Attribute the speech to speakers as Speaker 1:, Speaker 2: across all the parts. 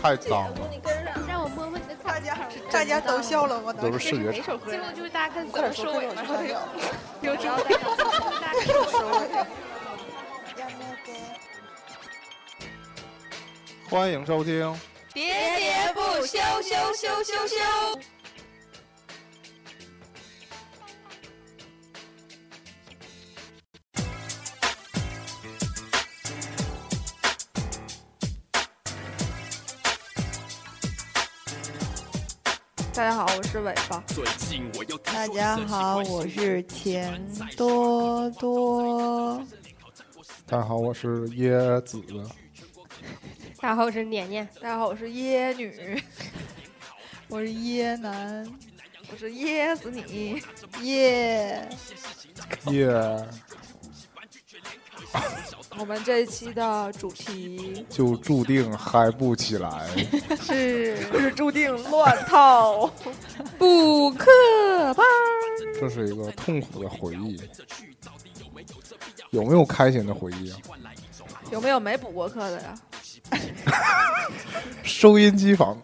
Speaker 1: 太脏了。
Speaker 2: 你跟上，
Speaker 3: 让我摸摸你的草
Speaker 2: 大家
Speaker 3: 稿是真
Speaker 2: 大家
Speaker 3: 脏
Speaker 2: 都笑了，我
Speaker 1: 都是
Speaker 2: 能。
Speaker 1: 视觉
Speaker 4: 哪首歌
Speaker 3: 最
Speaker 4: 呀？
Speaker 3: 后就是大家看怎么收尾嘛，然后有有主
Speaker 4: 然后
Speaker 3: 播，大家看收尾。
Speaker 1: 欢迎收听，
Speaker 4: 喋喋不休，休休休休。
Speaker 5: 大家好，我是尾巴。
Speaker 2: 大家好，我是钱多多。
Speaker 1: 大家好，我是椰子。
Speaker 3: 大家好，我是年年。
Speaker 5: 大家好，我是椰女，
Speaker 2: 我是耶南
Speaker 5: 我是椰子你。
Speaker 2: 耶，
Speaker 1: 耶、
Speaker 5: 我们这一期的主题
Speaker 1: 就注定嗨不起 来。
Speaker 2: 是
Speaker 5: 就是注定乱 套，不可怕。
Speaker 1: 这是一个痛苦的回忆。有没有开心的回忆啊？
Speaker 5: 有没有没补过课的呀？
Speaker 1: 收音机房、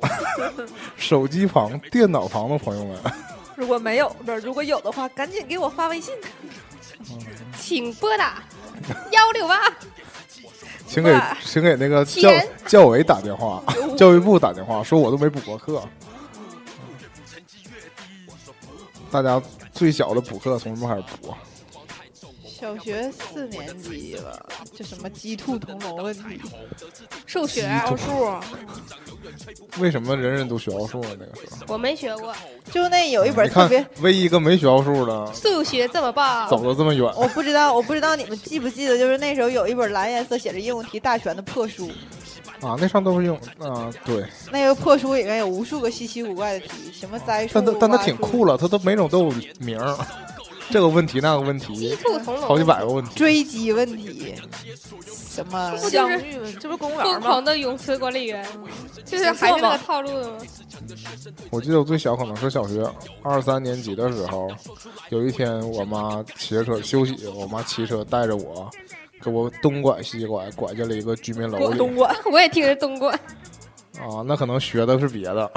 Speaker 1: 手机房、电脑房的朋友们，
Speaker 5: 如果没有，不是如果有的话，赶紧给我发微信。
Speaker 3: 请拨打幺六八。
Speaker 1: 请给
Speaker 5: 哇
Speaker 1: 请给那个
Speaker 3: 起
Speaker 1: 教
Speaker 3: 源
Speaker 1: 教委打电话，教育部打电话，说我都没补过课。大家最小的补课从什么开始补啊？
Speaker 2: 小学四年级吧，就什么鸡兔同笼问题，
Speaker 3: 数学
Speaker 5: 奥数，啊
Speaker 1: 为什么人人都学奥数啊？那个时候，
Speaker 3: 我没学过，
Speaker 2: 就那有一本
Speaker 1: 你
Speaker 2: 特
Speaker 1: 看
Speaker 2: 别，
Speaker 1: 唯一一个没学奥数的，
Speaker 3: 数学这么棒，
Speaker 1: 走了这么远，
Speaker 2: 我不知道，我不知道你们记不记得，就是那时候有一本蓝颜色写着应用题大全的破书，哦
Speaker 1: 啊，那上都是用啊，对，
Speaker 2: 那个破书里面有无数个稀奇古怪的题，什么栽树，
Speaker 1: 哦但它但它
Speaker 2: 挖
Speaker 1: 挺
Speaker 2: 树
Speaker 1: 酷了，它都每种都有名儿， 这个问题那个问
Speaker 3: 鸡
Speaker 1: 题，
Speaker 3: 兔同笼，
Speaker 1: 好几百个问题。
Speaker 2: 追击问题，什么
Speaker 3: 不就
Speaker 5: 相
Speaker 3: 是
Speaker 5: 遇，这不是公务
Speaker 3: 疯
Speaker 5: 员吗
Speaker 3: 狂？的泳池管理员，就是还是那个套路的吗？
Speaker 1: 我记得我最小可能是小学二三年级的时候，有一天我妈骑着车休息，我妈骑车带着我，给我东拐西拐，拐进了一个居民楼
Speaker 5: 过冬
Speaker 1: 里
Speaker 5: 瓜，
Speaker 3: 我也听着东过，
Speaker 1: 啊，那可能学的是别的，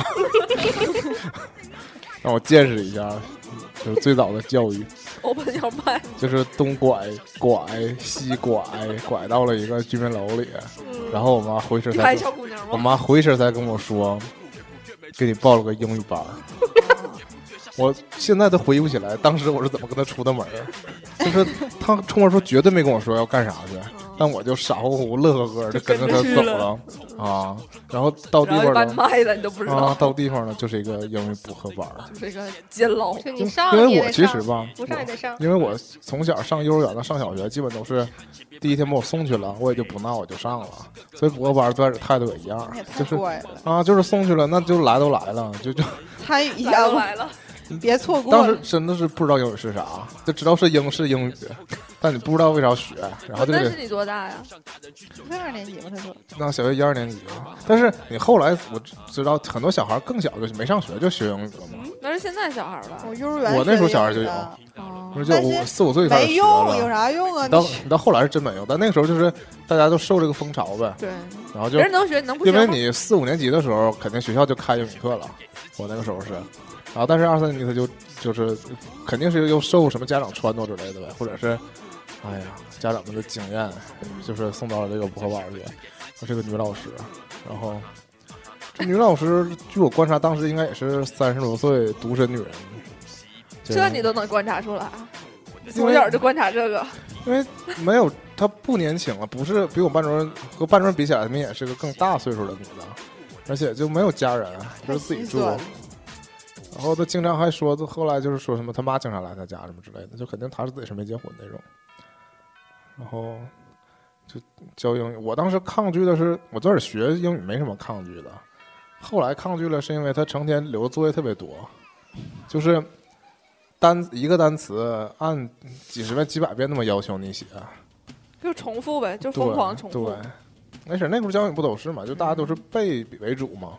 Speaker 1: 让我见识一下，就是最早的教育，
Speaker 5: 我把要卖。
Speaker 1: 就是东拐拐西拐，拐到了一个居民楼里，然后我妈回身
Speaker 5: 嗯你拍
Speaker 1: 才
Speaker 5: 小姑娘
Speaker 1: 我
Speaker 5: 吗？
Speaker 1: 妈回身才跟我说，给你报了个英语班 儿。我现在都回忆不起来当时我是怎么跟她出的门儿，就是她冲我说绝对没跟我说要干啥去，
Speaker 5: 嗯
Speaker 1: 但我就傻乎乎乐呵呵的跟着她走了啊，然后到地
Speaker 5: 然后
Speaker 1: 方
Speaker 5: 一般
Speaker 1: 了
Speaker 5: 卖了，你都不知道，
Speaker 1: 啊，到地方了就是一个英语补课班儿，
Speaker 5: 这个监牢。
Speaker 3: 就你上
Speaker 1: 因
Speaker 3: 也
Speaker 1: 为
Speaker 3: 得
Speaker 1: 我其
Speaker 3: 上
Speaker 1: 实吧，
Speaker 3: 不上也得上，
Speaker 1: 因为我从小上幼儿园到上小学，基本都是第一天把我送去了，我也就不闹我就上了，所以补课班儿最开始态度也一样
Speaker 2: 那也，太
Speaker 1: 就是
Speaker 2: 怪了，
Speaker 1: 啊，就是送去了，那就来都来了，就就
Speaker 2: 参与一
Speaker 5: 来
Speaker 2: 下
Speaker 5: 都
Speaker 2: 吧，
Speaker 1: 啊
Speaker 5: 来了，
Speaker 2: 别错过
Speaker 1: 当时
Speaker 2: 了。
Speaker 1: 真的是不知道英语是啥，就知道是英是英语，但你不知道为啥学，然后就
Speaker 5: 那
Speaker 1: 得
Speaker 5: 是你多大呀？
Speaker 2: 上二年级吧，他说
Speaker 1: 那小学一二年级了。但是你后来我知道很多小孩更小就没上学就学英语了
Speaker 2: 嗯
Speaker 1: 嘛，
Speaker 5: 那是现在小孩儿吧？
Speaker 2: 我幼儿园
Speaker 1: 我那时候小孩
Speaker 2: 学的
Speaker 1: 就有
Speaker 2: 呀
Speaker 5: 哦
Speaker 1: 不是就
Speaker 2: 但
Speaker 1: 五
Speaker 2: 是
Speaker 1: 四五岁就开始
Speaker 2: 没
Speaker 1: 学
Speaker 2: 用，有
Speaker 1: 了。
Speaker 2: 啥用啊？
Speaker 1: 到
Speaker 2: 你
Speaker 1: 你到后来是真没用，但那个时候就是大家都受这个风潮呗，
Speaker 5: 对，
Speaker 1: 然后就
Speaker 5: 别人能学，你能不学
Speaker 1: 因
Speaker 5: 吗？
Speaker 1: 为你四五年级的时候肯定学校就开英语课了，我那个时候是，然后但是二三年级他就就是肯定是又受什么家长撺掇之类的呗，或者是，哎呀，家长们的经验，就是送到了这个补课班去。她是个女老师，然后这女老师据我观察，当时应该也是三十多岁独身女人。就是
Speaker 5: 这你都能观察出来，你
Speaker 1: 因
Speaker 5: 从
Speaker 1: 为
Speaker 5: 小就观察这个。
Speaker 1: 因为没有她不年轻了，不是比我班主任和班主任比起来，她们也是个更大岁数的女的，而且就没有家人，就是自己
Speaker 2: 心
Speaker 1: 住。
Speaker 2: 酸了
Speaker 1: 然后他经常还说，后来就是说什么他妈经常来他家什么之类的，就肯定他是自己是没结婚那种。然后就教英语，我当时抗拒的是，我最开始学英语没什么抗拒的，后来抗拒了是因为他成天留作业特别多，就是单一个单词按几十遍、几百遍那么要求你写，
Speaker 5: 就重复呗，就
Speaker 1: 对
Speaker 5: 疯狂重复
Speaker 1: 对。，没事，那时候教育不都是嘛，就大家都是背为主嘛，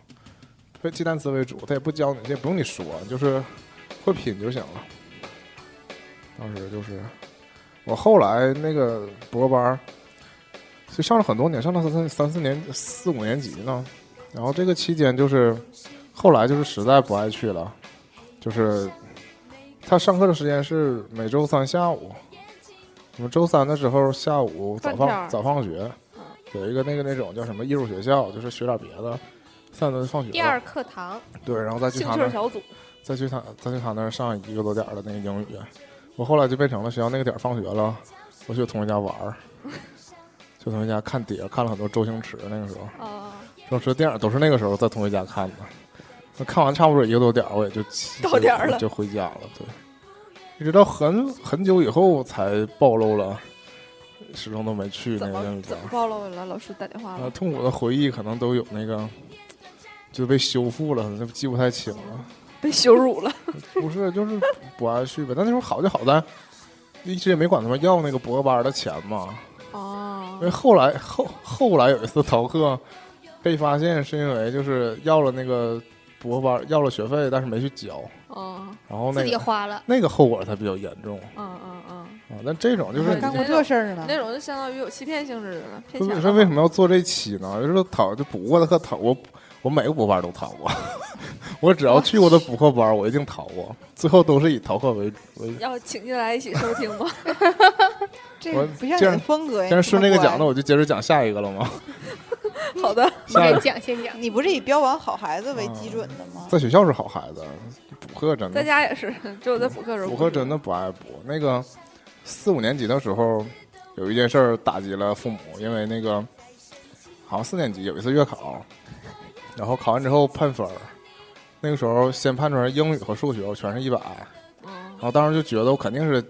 Speaker 1: 背记单词为主，他也不教你，也不用你说，就是会品就行了。当时就是我后来那个补课班儿，就上了很多年，上了三三四年、四五年级呢，然后这个期间就是，后来就是实在不爱去了，就是他上课的时间是每周三下午，我们周三的时候下午早
Speaker 5: 半天
Speaker 1: 放
Speaker 5: 儿
Speaker 1: 早放学，有一个那个那种叫什么艺术学校，就是学点别的，散了就放学了。
Speaker 3: 第二课堂，
Speaker 1: 对，然后再去
Speaker 5: 兴
Speaker 1: 他那
Speaker 5: 趣
Speaker 1: 儿，
Speaker 5: 小组，
Speaker 1: 再去他再去他那儿上一个多点儿的那个英语，我后来就变成了学校那个点儿放学了，我去同学家玩儿，去同学家看碟，看了很多周星驰那个时候。
Speaker 5: 啊
Speaker 3: 哦，
Speaker 1: 当时电影都是那个时候在同学家看的，那看完差不多一个多点儿，我也就起
Speaker 5: 到点儿了
Speaker 1: 就回家了。对，一直到很很久以后才暴露了，始终都没去那
Speaker 5: 怎
Speaker 1: 个英
Speaker 5: 么
Speaker 1: 语
Speaker 5: 怎
Speaker 1: 班。
Speaker 5: 么暴露了？老师打电话
Speaker 1: 啊，
Speaker 5: 了，
Speaker 1: 痛苦的回忆可能都有那个，就被修复了，那记不太清了。
Speaker 5: 被羞辱了。
Speaker 1: 不是，就是不爱去呗。但那时候好就好在，一直也没管他们要那个博班的钱嘛。因
Speaker 5: 哦
Speaker 1: 为，后来后后来有一次逃课被发现，是因为就是要了那个博班要了学费，但是没去交，
Speaker 5: 哦，
Speaker 1: 然后
Speaker 3: 自
Speaker 1: 那
Speaker 3: 己
Speaker 1: 个
Speaker 3: 花了，
Speaker 1: 那个后果才比较严重
Speaker 5: 嗯嗯嗯，
Speaker 1: 啊。但这种就是
Speaker 5: 那
Speaker 1: 你
Speaker 2: 干
Speaker 5: 刚
Speaker 2: 过这事儿呢？
Speaker 5: 那种就相当于有欺骗性质的了，骗
Speaker 1: 说
Speaker 5: 钱。
Speaker 1: 说为什么要做这期呢？就是逃就补过的课逃，我我每个补班都逃过， 我只要去过的补课班，我一定逃过，最后都是以逃课为 为。
Speaker 5: 要请进来一起收听 吗？
Speaker 2: 这
Speaker 1: 我
Speaker 2: 个不像
Speaker 1: 既
Speaker 2: 你
Speaker 1: 然
Speaker 2: 的风格呀。
Speaker 1: 既然顺这个讲的，
Speaker 2: 的，
Speaker 1: 我就接着讲下一个了吗？
Speaker 5: 好的，
Speaker 1: 下一
Speaker 3: 先
Speaker 1: 个
Speaker 3: 讲先讲，
Speaker 2: 你不是以标榜好孩子为基准的吗？
Speaker 1: 在学校是好孩子，补课真的
Speaker 5: 在家也是，只有在补课的时候。
Speaker 1: 补课真的不爱补。那个四五年级的时候，有一件事儿打击了父母，因为那个好像四年级有一次月考，然后考完之后判分儿，那个时候先判出来英语和数学我全是一百，
Speaker 5: 嗯
Speaker 1: 然后当时就觉得我肯定是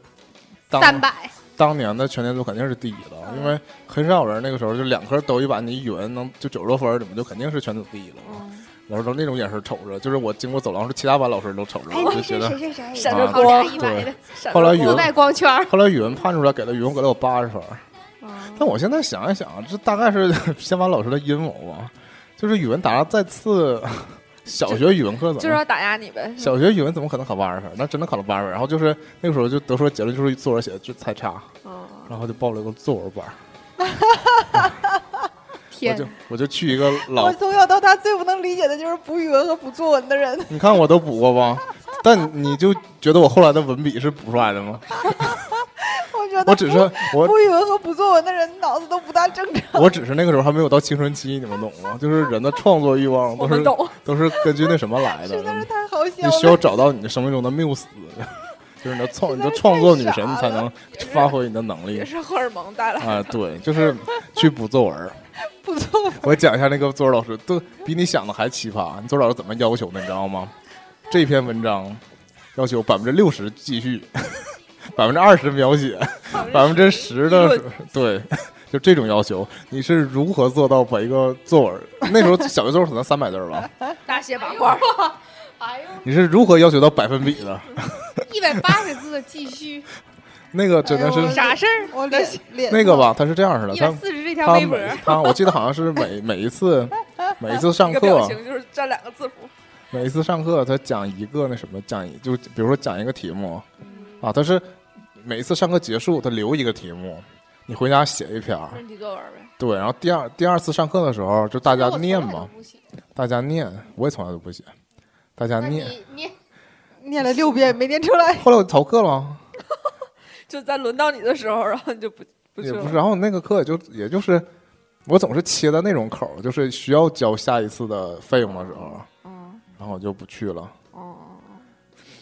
Speaker 1: 当
Speaker 3: 三百，
Speaker 1: 当年的全年度肯定是第一的，因为很少有人那个时候就两科都一百，你语文能就九十多分儿，你们就肯定是全组第一了嘛。
Speaker 5: 嗯，
Speaker 1: 老师都那种眼神瞅着，就是我经过走廊时，其他班老师都瞅着
Speaker 3: 哎，
Speaker 1: 我，
Speaker 3: 那
Speaker 1: 就是觉
Speaker 3: 谁
Speaker 1: 得。啊
Speaker 3: 谁谁谁
Speaker 5: 闪
Speaker 1: 着
Speaker 3: 考
Speaker 1: 光
Speaker 3: 察一百的，
Speaker 5: 闪
Speaker 1: 后来
Speaker 5: 着
Speaker 1: 有
Speaker 3: 自
Speaker 5: 光
Speaker 3: 带光圈儿，
Speaker 1: 后来语文判出来给了语文给了我八十分儿，
Speaker 5: 嗯
Speaker 1: 但我现在想一想，这大概是 先把老师的阴谋吧，就是语文打再次 小学语文课
Speaker 5: 就
Speaker 1: 怎
Speaker 5: 是
Speaker 1: 么？
Speaker 5: 要打压你呗。
Speaker 1: 小学语文怎么可能考八十分儿？那真的考了八十分儿，然后就是那个时候就得出的结论就是作文写的就太差，
Speaker 5: 嗯，
Speaker 1: 然后就报了一个作文班儿，我
Speaker 3: 天
Speaker 1: 就，我就去一个老
Speaker 2: 我从小到大最不能理解的就是补语文和补作文的人。
Speaker 1: 你看我都补过吧？但你就觉得我后来的文笔是补出来的吗？
Speaker 2: 我觉得
Speaker 1: 我只是我
Speaker 2: 补语文和补作文的人脑子都不大正常。
Speaker 1: 我只是那个时候还没有到青春期，你们懂吗？就是人的创作欲望
Speaker 5: 我
Speaker 1: 都
Speaker 5: 们
Speaker 1: 是
Speaker 5: 懂。
Speaker 1: 都是根据那什么来的
Speaker 2: 实。在是太好笑
Speaker 1: 你需要
Speaker 2: 了，
Speaker 1: 找到你生命中的缪斯， 就是你的创你的创作女神，你才能发挥你的能力
Speaker 5: 也。是荷尔蒙带来的。
Speaker 1: 啊，对，就是去补作文。
Speaker 2: 补作文
Speaker 1: 我讲一下那个作文老师，都比你想的还奇葩。你作文老师怎么要求的，你知道吗？这篇文章要求百分之六十记叙， 百分之二十描写，百分之十的
Speaker 5: 议
Speaker 1: 对，就这种要求，你是如何做到把一个作文？那时候小学作文可能三百字儿吧，
Speaker 5: 大卸八 块儿，
Speaker 3: 哎呦，
Speaker 1: 你是如何要求到百分比的？
Speaker 3: 一百八十字继续，
Speaker 1: 那个真的是
Speaker 2: 哎呦
Speaker 3: 啥事
Speaker 1: 啊
Speaker 3: 儿？
Speaker 2: 我脸脸
Speaker 1: 那个吧，他是这样式的，
Speaker 3: 一
Speaker 1: 他
Speaker 3: 百四十这条
Speaker 1: 他
Speaker 3: 微博，
Speaker 1: 每他我记得好像是每每一次每一次上
Speaker 5: 一个表
Speaker 1: 课
Speaker 5: 情就是占两个字符。
Speaker 1: 每一次上课他讲一个那什么讲一就比如说讲一个题目
Speaker 3: 嗯
Speaker 1: 啊，他是每一次上课结束他留一个题目，你回家写一篇儿，
Speaker 3: 嗯
Speaker 5: 问题作文呗，
Speaker 1: 对，然后第二第二次上课的时候就大家念
Speaker 3: 那我从来都
Speaker 1: 嘛，
Speaker 3: 不写？
Speaker 1: 大家念，我也从来都不写，大家
Speaker 3: 那
Speaker 1: 念。
Speaker 3: 你念
Speaker 2: 念了六遍没念出来，
Speaker 1: 后来我逃课了，
Speaker 5: 就在轮到你的时候，然后你 就不不去
Speaker 1: 也
Speaker 5: 了
Speaker 1: 不是，然后那个课也就也就是，我总是切的那种口儿，就是需要交下一次的费用的时候，
Speaker 3: 哦
Speaker 5: 嗯
Speaker 1: 然后我就不去了。
Speaker 5: 哦，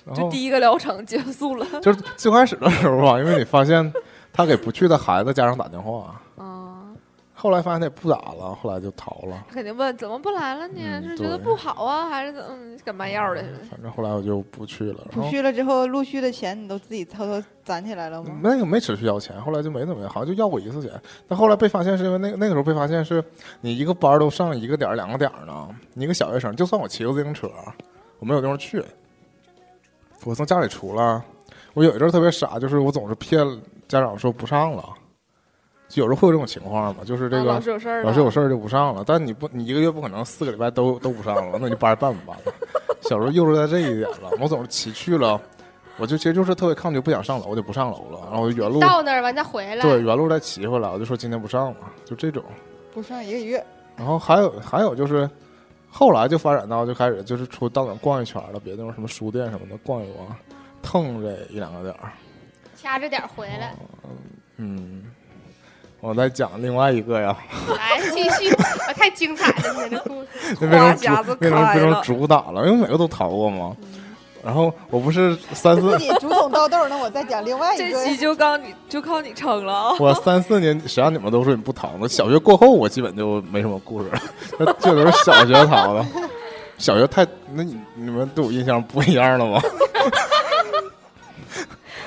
Speaker 1: 然
Speaker 5: 就
Speaker 1: 后
Speaker 5: 第一个疗程结束了。
Speaker 1: 就是最开始的时候吧，因为你发现他给不去的孩子家长打电话，
Speaker 5: 嗯，
Speaker 1: 后来发现他也不打了，后来就逃了。
Speaker 5: 他肯定问怎么不来了呢？
Speaker 1: 嗯
Speaker 5: 是觉得
Speaker 1: 对
Speaker 5: 不好啊，还是怎么干嘛药的？
Speaker 1: 反正后来我就不去了。然
Speaker 2: 补
Speaker 1: 后
Speaker 2: 嗯去了之后，陆续的钱你都自己偷偷攒起来了吗？
Speaker 1: 那个没持续要钱，后来就没怎么样，好像就要过一次钱。但后来被发现是因为那个那个时候被发现是你一个班儿都上一个点儿两个点儿呢，你一个小学生，就算我骑个自行车，我没有地方去。我从家里出来，我有一阵儿特别傻，就是我总是骗家长说不上了，就有时候会有这种情况嘛，就是这
Speaker 5: 啊
Speaker 1: 个、
Speaker 5: 老师有事儿了，
Speaker 1: 老师有 事儿就不上了，但你不，你一个月不可能四个礼拜都都不上了，那你班儿办不办了？ 小时候幼稚在这一点了，我总是骑去了，我就其实就是特别抗拒，不想上楼，我就不上楼了，然后我就原路
Speaker 3: 到那儿完再回来，
Speaker 1: 对原路再骑回来，我就说今天不上了，就这种。
Speaker 2: 不上一个月，
Speaker 1: 然后还有还有就是，后来就发展到就开始就是出到哪儿逛一圈儿了，别的那种什么书店什么的逛一逛，腾这一两个点儿。
Speaker 3: 掐着点儿回来，
Speaker 1: 嗯，我再讲另外一个呀，
Speaker 3: 来继 续，啊太精彩了，你的故事。
Speaker 1: 那变
Speaker 5: 花
Speaker 1: 成
Speaker 5: 匣
Speaker 1: 主
Speaker 5: 子
Speaker 1: 那
Speaker 5: 开
Speaker 1: 变成
Speaker 5: 了
Speaker 1: 主打了，因为每个都逃过嘛。
Speaker 3: 嗯
Speaker 1: 然后我不是三
Speaker 2: 自
Speaker 1: 四
Speaker 2: 己竹筒倒豆，那我再讲另外 一
Speaker 5: 这
Speaker 2: 个
Speaker 5: 期。就靠你就靠你撑了啊！
Speaker 1: 我三四年，谁让你们都说你不逃呢？小学过后，我基本就没什么故事了，那就都是小学逃的。小学太，那你你们对我印象不一样了吗？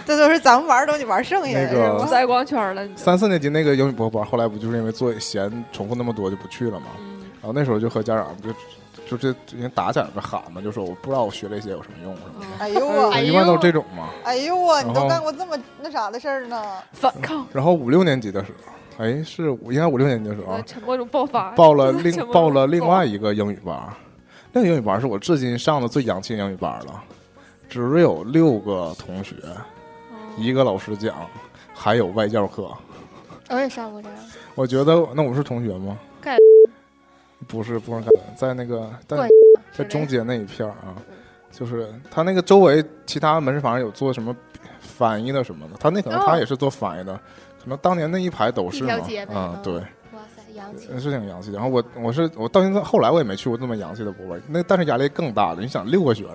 Speaker 2: 这都是咱们玩儿东西玩剩下的，
Speaker 1: 那个
Speaker 2: 是
Speaker 5: 不
Speaker 2: 吧？
Speaker 5: 在光圈了，你就
Speaker 1: 三四年级那个英语补习班，后来不就是因为作业嫌重复那么多就不去了嘛。
Speaker 3: 嗯
Speaker 1: 然后那时候就和家长就就这已经打起来了，喊嘛，就说我不知道我学这些有什么用什么的。
Speaker 2: 哎呦我
Speaker 3: 哎，呦
Speaker 1: 一般都是这种嘛。
Speaker 2: 哎呦我，你
Speaker 1: 嗯然后
Speaker 2: 都干过这么那啥的事儿呢？
Speaker 5: 反抗，
Speaker 1: 然后五六年级的时候，哎，是五应该五六年级的时候
Speaker 5: 我，沉默中爆发，
Speaker 1: 报啊了另
Speaker 5: 沉默中
Speaker 1: 报了另
Speaker 5: 爆
Speaker 1: 外一个英语班儿，那个英语班儿是我至今上的最洋气的英语班儿了，只有六个同学，
Speaker 5: 哦
Speaker 1: 一个老师讲，还有外教课。
Speaker 3: 我也上过这样，
Speaker 1: 我觉得那我是同学吗？
Speaker 3: 干
Speaker 1: 不是，不是干，在那个
Speaker 3: 怪
Speaker 1: 在在中间那一片儿
Speaker 3: 嗯
Speaker 1: 啊，就是他那个周围其他门市房有做什么翻译的什么的，他那可能他
Speaker 3: 哦
Speaker 1: 也是做翻译的，可能当年那一排都
Speaker 3: 一
Speaker 1: 是
Speaker 3: 条
Speaker 1: 嘛
Speaker 3: 街，的
Speaker 1: 啊
Speaker 3: 嗯，
Speaker 1: 对。
Speaker 3: 哇塞，洋气！
Speaker 1: 是挺洋气的。然后我我是我到现在后来我也没去过这么洋气的博班，那但是压力更大了。你想六个学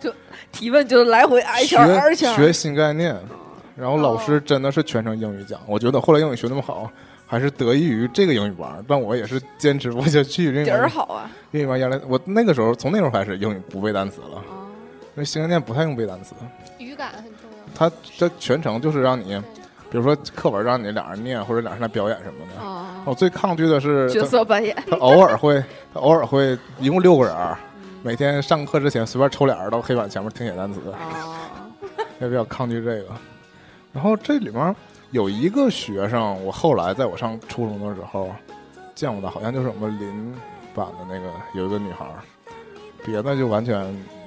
Speaker 1: 生
Speaker 5: 提问就来回挨圈儿挨
Speaker 1: 学
Speaker 5: 圈
Speaker 1: 学
Speaker 5: 儿，哦
Speaker 1: 新概念，然后老师真的是全程英语讲。我觉得后来英语学那么好，还是得益于这个英语班，但我也是坚持不下去。这
Speaker 5: 底儿
Speaker 1: 个
Speaker 5: 好啊！
Speaker 1: 英语班原来我那个时候从那时候开始英语不背单词
Speaker 5: 哦
Speaker 1: 了，那新概念不太用背单词，
Speaker 3: 语感很重要。
Speaker 1: 它这全程就是让你。比如说课文让你俩人念，或者俩人来表演什么的。我最抗拒的是
Speaker 5: 哦角
Speaker 1: 它
Speaker 5: 色扮演，
Speaker 1: 他偶尔会，他偶尔会，一共六个人儿，每天上课之前随便抽俩人到黑板前面听写单词，
Speaker 5: 哦
Speaker 1: 也比较抗拒这个。然后这里面有一个学生，我后来在我上初中的时候见过的，好像就是我们邻班的那个有一个女孩儿，别的就完全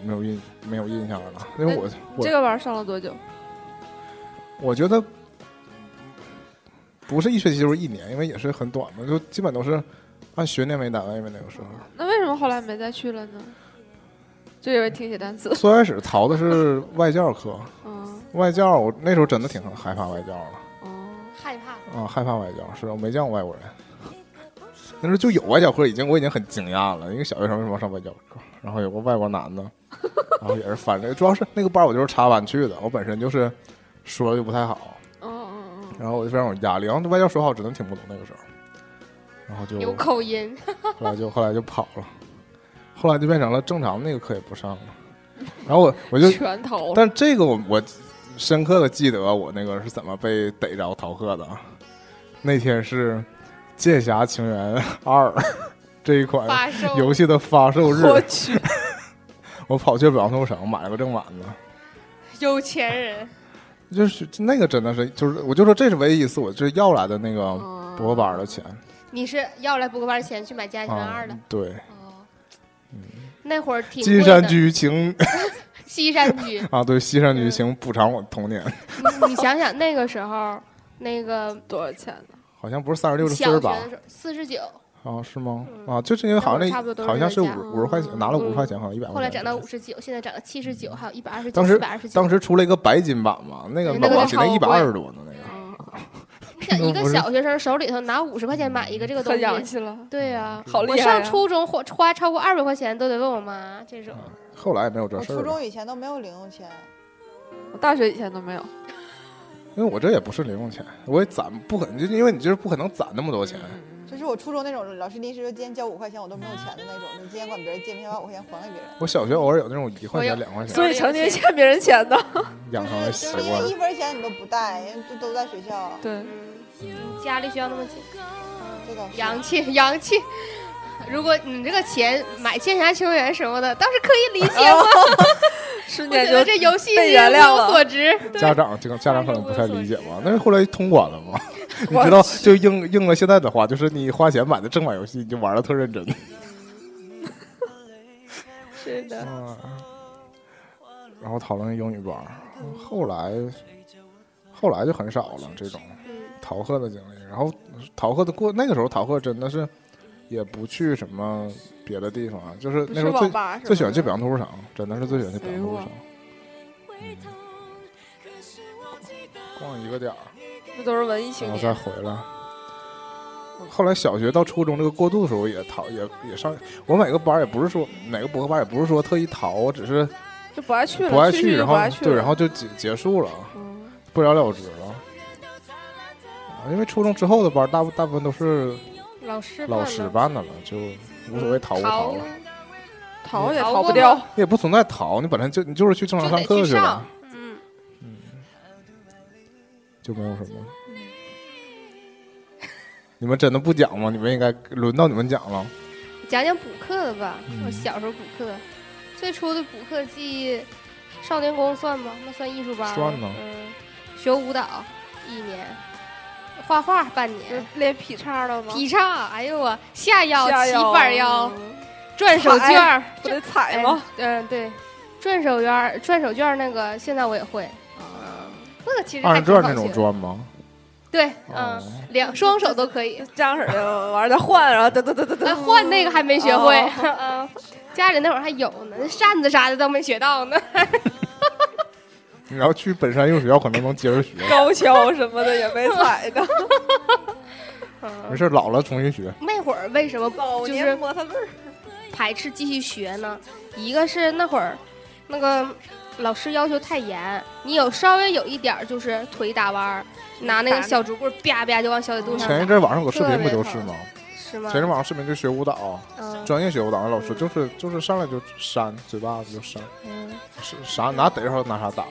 Speaker 1: 没有印没有印象了，因为我我
Speaker 5: 这个班上了多久？
Speaker 1: 我觉得不是一学期就是一年，因为也是很短嘛，就基本都是按学年为单位嘛，那个时候。
Speaker 5: 那为什么后来没再去了呢？就因为听写单 词，
Speaker 1: 最开始逃的是外教课，
Speaker 5: 嗯，
Speaker 1: 外教我那时候真的挺害怕外教了
Speaker 5: 哦，
Speaker 3: 害怕，
Speaker 1: 啊，害怕外教，是我没见过外国人。那时候就有外教课，已经我已经很惊讶了。一个小学生为什么要上外教课？然后有个外国男的，然后也是反正主要是那个班我就是插班去的，我本身就是说就不太好，
Speaker 5: 嗯嗯嗯，
Speaker 1: 然后我就非常有压力。然后外教说话我真的听不懂那个时候，然后就
Speaker 3: 有口音，
Speaker 1: 后来就后来就跑了，后来就变成了正常那个课也不上了。然后我我就
Speaker 5: 全投哦了，
Speaker 1: 但这个我我深刻的记得我那个是怎么被逮着逃课的。啊那天是《剑侠情缘二》 这一款
Speaker 3: 发售
Speaker 1: 游戏的发售日，
Speaker 5: 我去，
Speaker 1: 我跑去北方头城买了个正版的，
Speaker 3: 有钱人，
Speaker 1: 就是那个真的是就是我就说这是唯一一次我就是要来的那个
Speaker 3: 哦
Speaker 5: 哦
Speaker 1: 补课班的钱
Speaker 3: 你是要来补课班钱去买《家庭
Speaker 1: 啊
Speaker 3: 二》的？，
Speaker 1: 对，
Speaker 3: 哦，那会儿挺贵
Speaker 1: 金
Speaker 3: 的
Speaker 1: 山，居请。
Speaker 3: 西山居
Speaker 1: 啊，对，西山居
Speaker 3: 嗯
Speaker 1: 请补偿我童年，
Speaker 3: 你你想想那个时候，那个
Speaker 5: 多少钱呢？
Speaker 1: 好像不是三十六是四
Speaker 3: 小
Speaker 1: 十
Speaker 3: 学
Speaker 1: 八
Speaker 3: 的时候四十九，
Speaker 1: 啊，是吗？
Speaker 3: 嗯
Speaker 1: 啊，就是因为好像
Speaker 3: 差不多
Speaker 1: 那
Speaker 3: 都是
Speaker 1: 好像是
Speaker 3: 这个价
Speaker 1: 五五十块钱拿了五十
Speaker 3: 嗯
Speaker 1: 块钱，好像一百块钱。
Speaker 3: 后来涨到五十九，现在涨到七十九，还有一百二十
Speaker 1: 嗯
Speaker 3: 九、
Speaker 1: 当
Speaker 3: 四
Speaker 1: 时
Speaker 3: 百二十九。
Speaker 1: 当时出了一个白金版嘛，那个老
Speaker 3: 对那个
Speaker 1: 王起那一百
Speaker 3: 超贵
Speaker 1: 二十多呢，那个
Speaker 5: 嗯，
Speaker 3: 你想一
Speaker 1: 不
Speaker 3: 个
Speaker 1: 是
Speaker 3: 小学生手里头拿五十块钱买一个这个
Speaker 5: 可
Speaker 3: 东
Speaker 5: 洋
Speaker 3: 西，
Speaker 5: 气了，
Speaker 3: 对呀、
Speaker 5: 好
Speaker 3: 嗯我
Speaker 5: 厉害
Speaker 3: 上
Speaker 5: 啊！
Speaker 3: 初中花花超过二百块钱都得问我妈，这种
Speaker 1: 后来也没有这
Speaker 2: 我
Speaker 1: 事
Speaker 2: 初
Speaker 1: 儿了，
Speaker 2: 中以前都没有零用钱，
Speaker 5: 我大学以前都没有，
Speaker 1: 因为我这也不是零用钱，我也攒不可能，就因为你就是不可能攒那么多钱，
Speaker 2: 就是我初中那种老师临时说今天交五块钱，我都没有钱的那种，就今天管别人借，明天把五块钱还给别人。
Speaker 1: 我小学偶尔有那种一块
Speaker 3: 我
Speaker 1: 钱、
Speaker 3: 有
Speaker 1: 两块钱
Speaker 5: 所以成天欠别人钱的，
Speaker 1: 养成的
Speaker 2: 就是
Speaker 1: 习
Speaker 2: 就是因为
Speaker 1: 惯
Speaker 2: 一。分钱你都不带，人家就都在学校。
Speaker 5: 对，
Speaker 3: 家离学校那么近，
Speaker 2: 这倒是
Speaker 3: 洋气 洋气。如果你这个钱买《剑侠情缘》什么的，倒是可以理解我。
Speaker 5: 瞬
Speaker 3: 我
Speaker 5: 间
Speaker 3: 觉得
Speaker 5: 啊就
Speaker 3: 这游戏
Speaker 5: 被原
Speaker 3: 是物
Speaker 5: 谅
Speaker 3: 有
Speaker 5: 了
Speaker 3: 所值。
Speaker 1: 家长这个家长可能不太理解吧，但是后来通关了嘛， 你
Speaker 5: 我
Speaker 1: 知道就应应了现在的话，就是你花钱买的正版游戏，你就玩的特认真。
Speaker 5: 是的，
Speaker 1: 嗯，然后讨论英语班儿，后来后来就很少了这种逃课的经历。然后逃课的过那个时候逃课真的是也不去什么别的地方啊，就是
Speaker 5: 不
Speaker 1: 那
Speaker 5: 是
Speaker 1: 时候
Speaker 5: 网
Speaker 1: 最
Speaker 5: 吧是吧？
Speaker 1: 最喜欢去北洋图书厂，真的是最喜欢去北洋图书嗯厂
Speaker 5: 哎
Speaker 1: 逛一个点儿，
Speaker 5: 哦这都是文艺青
Speaker 1: 然后
Speaker 5: 年。
Speaker 1: 再回来。后来小学到初中这个过渡的时候也逃也也上，我每个班儿也不是说哪个补课班儿也不是说特意逃，我只是
Speaker 5: 就不爱去了，
Speaker 1: 不爱
Speaker 5: 去去就
Speaker 1: 然
Speaker 5: 不
Speaker 1: 后
Speaker 5: 爱去
Speaker 1: 对，
Speaker 5: 了
Speaker 1: 然后就结结束了，
Speaker 5: 嗯
Speaker 1: 不了了之了。啊因为初中之后的班儿大部大部分都是
Speaker 3: 老师嗯
Speaker 1: 老师办的了，就无所谓逃不逃了，
Speaker 5: 嗯逃也
Speaker 3: 逃
Speaker 5: 逃
Speaker 3: 过
Speaker 5: 不掉，
Speaker 1: 你也不存在逃，你本来就你就是去正常
Speaker 3: 就得
Speaker 1: 课
Speaker 3: 去
Speaker 1: 去了
Speaker 3: 上，，
Speaker 5: 嗯，
Speaker 1: 就没有什么。你们真的不讲吗？你们应该轮到你们讲了。
Speaker 3: 讲讲补课的吧。
Speaker 1: 嗯
Speaker 3: 我小时候补课，最初的补课记忆，少年宫算吗？那算艺术班吗
Speaker 1: 算呢
Speaker 3: 嗯，学舞蹈一年，画画半
Speaker 5: 就
Speaker 3: 年，
Speaker 5: 连劈叉了吗？
Speaker 3: 劈叉，哎呦我下腰、
Speaker 5: 下
Speaker 3: 起板腰、
Speaker 5: 嗯哎
Speaker 3: 转手绢儿，
Speaker 5: 不
Speaker 3: 这
Speaker 5: 得踩吗？？
Speaker 3: 嗯，对，转手绢儿、转手绢儿那个现在我也会。
Speaker 5: 哎嗯
Speaker 3: 那个其实
Speaker 1: 二
Speaker 3: 还
Speaker 1: 人
Speaker 3: 挺
Speaker 1: 转
Speaker 3: 好
Speaker 1: 那种
Speaker 3: 学
Speaker 1: 转吗？
Speaker 3: 对，
Speaker 1: 哦
Speaker 3: 嗯，两双手都可 以。
Speaker 5: 这样式儿的玩儿再换，然后噔噔噔噔
Speaker 3: 哎，
Speaker 5: 噔，
Speaker 3: 换那个还没学会，
Speaker 5: 哦
Speaker 3: 嗯，家里那会儿还有呢，扇子啥的都没学到呢。
Speaker 1: 你要去本山艺术学校，可能能接着学。
Speaker 5: 高跷什么的也没踩着。
Speaker 1: 没事，老了重新学。
Speaker 3: 那会儿为什么
Speaker 5: 早
Speaker 3: 就
Speaker 5: 年
Speaker 3: 是
Speaker 5: 模特儿，
Speaker 3: 排斥继续学呢？一个是那会儿那个老师要求太严，你有稍微有一点儿就是腿打弯儿，拿那个小竹棍儿啪啪就往小腿肚上
Speaker 1: 前一
Speaker 3: 打，
Speaker 1: 阵网上有个视频不就是吗？
Speaker 3: 是吗
Speaker 1: 前一？阵网上视频就学舞蹈，
Speaker 3: 嗯
Speaker 1: 专业学舞蹈的老师就是就是上来就扇，嘴巴子就扇，
Speaker 3: 嗯，
Speaker 1: 是啥拿逮着拿啥打。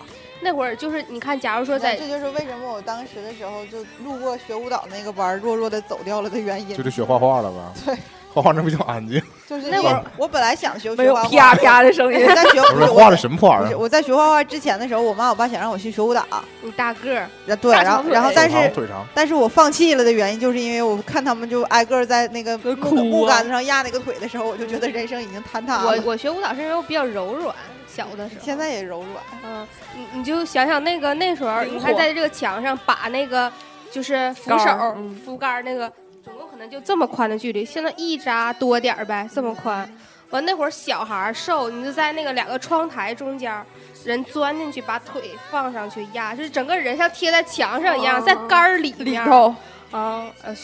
Speaker 3: 那会儿就是你看，假如说在
Speaker 6: 这就是为什么我当时的时候就路过学舞蹈那个班儿，弱弱的走掉了的原因。
Speaker 1: 就得学画，画了吧？
Speaker 6: 对，
Speaker 1: 画画那不就安静？
Speaker 6: 就是
Speaker 3: 那
Speaker 6: 因
Speaker 3: 会
Speaker 6: 为
Speaker 3: 儿
Speaker 6: 我本来想学
Speaker 5: 没
Speaker 6: 学
Speaker 5: 有
Speaker 6: 画
Speaker 5: 啪
Speaker 6: 画，
Speaker 5: 啪 的声音
Speaker 6: 我。在学
Speaker 1: 不是
Speaker 6: 我
Speaker 1: 画的什么画
Speaker 6: 不
Speaker 1: 啊
Speaker 6: 是？我在学画画之前的时候，我妈我爸想让我去学舞蹈，
Speaker 3: 你大个儿，
Speaker 6: 然对，
Speaker 3: 大
Speaker 6: 然
Speaker 3: 长
Speaker 6: 后
Speaker 3: 腿
Speaker 6: 然后
Speaker 3: 腿
Speaker 6: 但
Speaker 1: 哎长
Speaker 6: 是
Speaker 1: 腿长，
Speaker 6: 但是我放弃了的原因，就是因为我看他们就挨个儿在那个木
Speaker 5: 哭啊
Speaker 6: 木杆子上压那个腿的时候，我就觉得人生已经坍塌
Speaker 3: 我
Speaker 6: 了。
Speaker 3: 我学舞蹈是因为我比较柔软，小的时候。
Speaker 6: 啊现在也柔软，
Speaker 3: 嗯，你你就想想那个那时候，
Speaker 5: 灵
Speaker 3: 你
Speaker 5: 活
Speaker 3: 看在这个墙上把那个就是扶
Speaker 5: 杆
Speaker 3: 手
Speaker 5: 儿嗯、
Speaker 3: 扶杆儿那个，总共可能就这么宽的距离，现在一扎多点儿呗，这么宽。完那会儿小孩儿瘦，你就在那个两个窗台中间儿，人钻进去把腿放上去压，就是整个人像贴在墙上一样，
Speaker 5: 哦
Speaker 3: 在杆儿里
Speaker 5: 李
Speaker 3: 面儿。
Speaker 5: 高，
Speaker 3: 啊，呃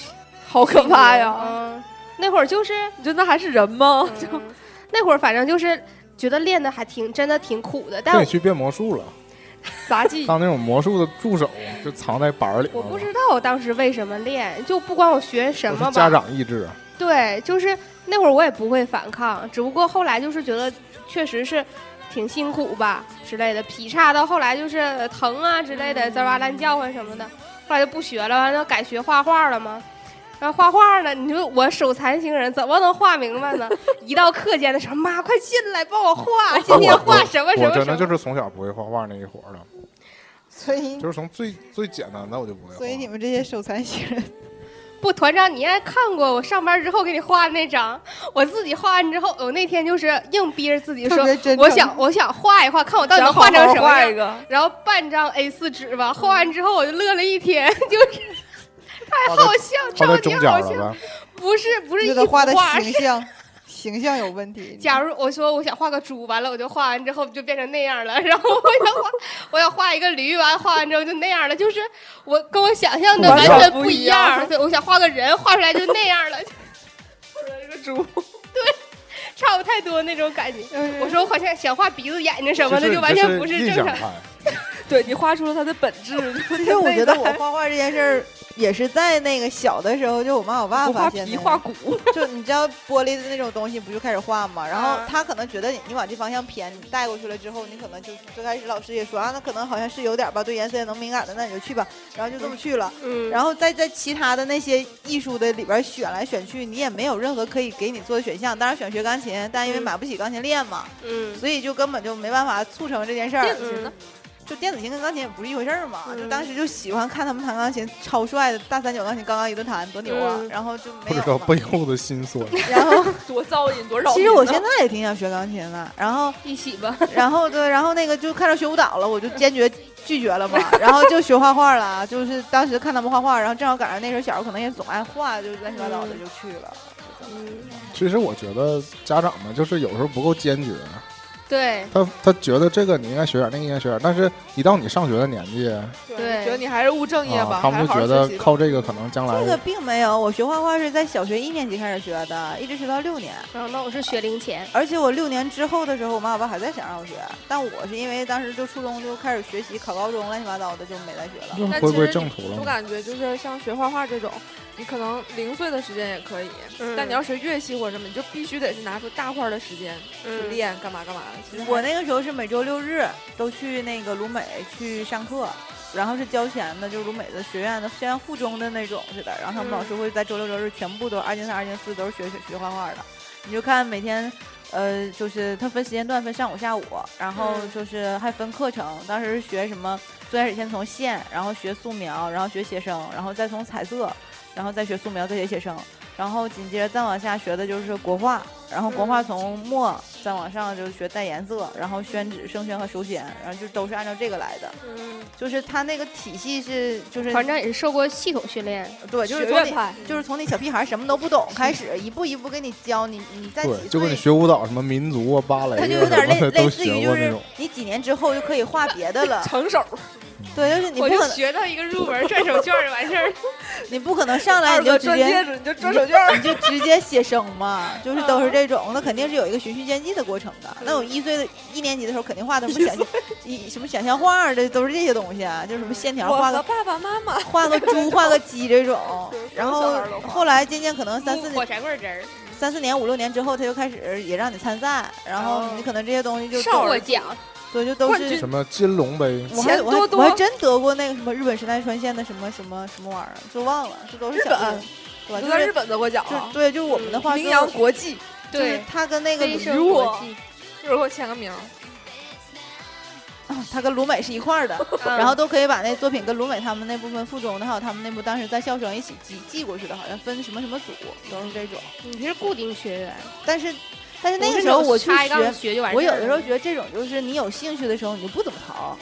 Speaker 5: 好 可怕呀！
Speaker 3: 嗯，那会儿就是
Speaker 5: 你觉得那还是人吗？
Speaker 3: 嗯那会儿反正就是觉得练的还挺真的挺苦的，但
Speaker 1: 那你去变魔术了，
Speaker 5: 杂技
Speaker 1: 当那种魔术的助手，就藏在板儿里。
Speaker 3: 我不知道我当时为什么练，就不管我学什
Speaker 1: 都
Speaker 3: 么
Speaker 1: 是家
Speaker 3: 吧，
Speaker 1: 长意志啊，
Speaker 3: 对，就是那会儿我也不会反抗，只不过后来就是觉得确实是挺辛苦吧之类的，劈叉到后来就是疼啊之类的，滋哇乱叫啊唤什么的，后来就不学了，完了改学画画了嘛。然后画画呢，你说我手残行人怎么能画明白呢？一到课间的时候，妈快进来帮我画，今天画什么什
Speaker 1: 我
Speaker 3: 么
Speaker 1: 真
Speaker 3: 什
Speaker 1: 的
Speaker 3: 么。
Speaker 1: 就是从小不会画画那一伙儿的，
Speaker 6: 所以
Speaker 1: 就是从最最简单的我就不会画。
Speaker 6: 所以你们这些手残星人，
Speaker 3: 不，团长，你应该看过我上班之后给你画的那张。我自己画完之后，我那天就是硬逼着自己
Speaker 6: 特
Speaker 3: 说，
Speaker 6: 别真诚
Speaker 3: 我想我想画一画，看我到底能
Speaker 5: 想好
Speaker 3: 画成
Speaker 5: 好
Speaker 3: 什么
Speaker 5: 画
Speaker 3: 样。
Speaker 5: 一个，
Speaker 3: 然后半张 A4 纸吧，画完之后我就乐了一天， 就是
Speaker 1: 画
Speaker 3: 好
Speaker 1: 在
Speaker 3: 笑，
Speaker 1: 画
Speaker 3: 超
Speaker 1: 在
Speaker 3: 级
Speaker 1: 中间
Speaker 3: 好
Speaker 1: 儿
Speaker 3: 笑。
Speaker 1: 了呗？
Speaker 3: 不是不是一
Speaker 6: 觉
Speaker 3: 幅
Speaker 6: 得画的
Speaker 3: 画，
Speaker 6: 形
Speaker 3: 是
Speaker 6: 象形象有问题。
Speaker 3: 假如我说我想画个猪，完了我就画完之后就变成那样了。 然后我想画我想画一个驴，完了画完之后就那样了，就是我跟我想象的
Speaker 1: 不
Speaker 3: 完
Speaker 1: 一样
Speaker 3: 全
Speaker 5: 不
Speaker 3: 不
Speaker 5: 一
Speaker 3: 一样。
Speaker 5: 样
Speaker 3: 对，我想画个人，画出来就那样了。
Speaker 5: 这个猪
Speaker 3: 差不太多那种感觉。我说我好像想画鼻子、眼睛什么
Speaker 1: 其
Speaker 3: 的，
Speaker 1: 实
Speaker 3: 就完
Speaker 1: 你这
Speaker 3: 全
Speaker 1: 是
Speaker 3: 不是
Speaker 1: 印
Speaker 3: 正
Speaker 1: 象
Speaker 3: 常。
Speaker 1: 派，
Speaker 5: 对你画出了它的本质。
Speaker 6: 其实我觉得我画画这件事儿也是在那个小的时候，就我妈我爸
Speaker 5: 我
Speaker 6: 发
Speaker 5: 画
Speaker 6: 现
Speaker 5: 皮
Speaker 6: 的。
Speaker 5: 画骨，
Speaker 6: 就你知道玻璃的那种东西，不就开始画吗？然后
Speaker 3: 啊
Speaker 6: 他可能觉得你你往这方向偏，你带过去了之后，你可能就最开始老师也说啊，那可能好像是有点吧，对颜色也能敏感的，那你就去吧。然后就这么去了。
Speaker 3: 嗯，
Speaker 6: 然后再在其他的那些艺术的里边选来选去，你也没有任何可以给你做的选项。当然选学钢琴，但因为
Speaker 3: 嗯
Speaker 6: 买不起钢琴练嘛，
Speaker 3: 嗯，
Speaker 6: 所以就根本就没办法促成这件事儿。
Speaker 3: 嗯
Speaker 6: 就电子琴跟钢琴也不是一回事儿嘛。
Speaker 3: 嗯
Speaker 6: 就当时就喜欢看他们弹钢琴，超帅的大三角钢琴，刚刚一顿弹，多牛啊！
Speaker 3: 嗯
Speaker 6: 然后就
Speaker 1: 不
Speaker 6: 没
Speaker 1: 知
Speaker 6: 有
Speaker 1: 道
Speaker 6: 了。
Speaker 1: 背后的辛酸。
Speaker 6: 然后
Speaker 5: 多噪音，多
Speaker 6: 嗯
Speaker 5: 扰民啊。
Speaker 6: 其实我现在也挺想学钢琴的，然 后
Speaker 3: 一起吧。
Speaker 6: 然后对，然后那个就看着学舞蹈了，我就坚决拒 绝了嘛，然后就学画画了，就是当时看他们画画，然后正好赶上那时候小时候可能也总爱画，就乱七八糟的就去了。
Speaker 3: 嗯，
Speaker 1: 其实我觉得家长们就是有时候不够坚决，
Speaker 3: 对
Speaker 1: 他他觉得这个你应该学点，那个应该学点，但是一到你上学的年纪，啊，
Speaker 3: 对
Speaker 5: 觉得你还是务正业吧，
Speaker 1: 他们就
Speaker 5: 还
Speaker 1: 是觉
Speaker 5: 好好
Speaker 1: 得
Speaker 5: 学习吧
Speaker 1: 靠这个可能将
Speaker 3: 嗯
Speaker 6: 这个
Speaker 1: 来
Speaker 6: 并没有，我学画画是在小学一年级开始学的，一直学到六年。
Speaker 3: 然后那我是学龄前，
Speaker 6: 而且我六年之后的时候，我妈我爸还在想让我学，但我是因为当时就初中就开始学习，考高中乱七八糟的就没再学了。
Speaker 1: 又
Speaker 5: 但
Speaker 1: 回
Speaker 5: 其
Speaker 1: 归
Speaker 5: 实
Speaker 1: 正途了嘛。
Speaker 5: 我感觉就是像学画画这种，你可能零碎的时间也可以，
Speaker 3: 嗯
Speaker 5: 但你要学乐器或者什么，你就必须得是拿出大块儿的时间去
Speaker 3: 嗯，
Speaker 5: 练干嘛干嘛的。其实还
Speaker 6: 我那个时候是每周六日都去那个鲁美去上课，然后是交钱的，就是鲁美的学院的，像附中的那种似的。然后他们老师会在周六周日全部都二进三、二进四都是学学学画画的。你就看每天，呃，就是他分时间段，分上午、下午，然后
Speaker 3: 嗯
Speaker 6: 就是还分课程。当时是学什么？最开始先从线，然后学素描，然后学写生，然后再从彩色，然后再学素描，再学写生。然后紧接着再往下学的就是国画，然后国画
Speaker 5: 嗯
Speaker 6: 从墨再往上就学带颜色，然后宣纸、生宣和手写，然后就都是按照这个来的。
Speaker 3: 嗯，
Speaker 6: 就是他那个体系是就是
Speaker 3: 团长也是受过系统训练，
Speaker 6: 对，就是
Speaker 5: 学
Speaker 6: 从
Speaker 5: 院
Speaker 6: 你
Speaker 5: 派，
Speaker 6: 就是从你小屁孩什么都不懂开始，一步一步给你教你，你在
Speaker 1: 对，
Speaker 6: 几
Speaker 1: 就跟你
Speaker 6: 岁。
Speaker 1: 学舞蹈什么民族啊、芭蕾
Speaker 6: 他就
Speaker 1: 啊
Speaker 6: 有点
Speaker 1: 什
Speaker 6: 类
Speaker 1: 么的
Speaker 6: 类
Speaker 1: 都
Speaker 6: 似
Speaker 1: 学
Speaker 6: 于就
Speaker 1: 过那
Speaker 6: 是
Speaker 1: 种。
Speaker 6: 你几年之后就可以画别的 了，
Speaker 5: 成手，
Speaker 6: 对，就是你不
Speaker 3: 我就
Speaker 6: 可能
Speaker 3: 学到一个入门转手绢儿就完事儿。
Speaker 6: 你不可能上来
Speaker 5: 二
Speaker 6: 你就
Speaker 5: 哥
Speaker 6: 直
Speaker 5: 转
Speaker 6: 接
Speaker 5: 戒指你就转手绢儿，嗯
Speaker 6: 你就直接写生嘛，就是都是这种，那肯定是有一个循序渐进的过程的。那我一岁的一年级的时候，肯定画的什么想象一什么想象画儿的，都是这些东西啊，就是什么线条
Speaker 5: 我
Speaker 6: 画
Speaker 5: 和
Speaker 6: 个
Speaker 5: 爸爸妈妈
Speaker 6: 画个猪画个鸡这种。 然
Speaker 5: 小
Speaker 6: 后
Speaker 5: 孩儿都画
Speaker 6: 后来渐渐可能三四
Speaker 3: 嗯火
Speaker 6: 年、
Speaker 3: 柴棍儿针儿，
Speaker 6: 三四年、五六年之后，他就开始也让你参赛，然后你可能这些东西就
Speaker 5: 哦少
Speaker 6: 都
Speaker 3: 获
Speaker 5: 儿
Speaker 3: 奖，
Speaker 6: 对，就都
Speaker 5: 冠
Speaker 6: 是
Speaker 5: 军。
Speaker 1: 什么金龙杯，
Speaker 6: 我还
Speaker 5: 钱
Speaker 6: 我还
Speaker 5: 多多
Speaker 6: 我还真得过那个什么日本神奈川县的什么什么什么玩意儿，就忘了，这都是
Speaker 5: 日
Speaker 6: 小的，对吧，
Speaker 5: 本都
Speaker 6: 就
Speaker 5: 在日
Speaker 6: 是
Speaker 5: 本得过奖啊，
Speaker 6: 就对，就是我们的话
Speaker 5: 名
Speaker 6: 说
Speaker 5: 扬国际，
Speaker 6: 就是
Speaker 3: 对，
Speaker 6: 他跟那个啊
Speaker 3: 飞升
Speaker 5: 如果
Speaker 3: 国际，
Speaker 5: 一会儿给我签个名儿。
Speaker 6: 啊他跟鲁美是一块儿的，
Speaker 3: 嗯
Speaker 6: 然后都可以把那作品跟鲁美他们那部分附中的，还有他们那部当时在校生一起寄寄过去的，好像分什么什么组，都是这种。
Speaker 3: 你是固定学员，
Speaker 6: 但是，但是那
Speaker 3: 是
Speaker 6: 个时候
Speaker 3: 那种
Speaker 6: 我去
Speaker 3: 插一杠
Speaker 6: 学，
Speaker 3: 学就完事儿
Speaker 6: 我有的时候觉得这种就是你有兴趣的时候，你就不怎么逃，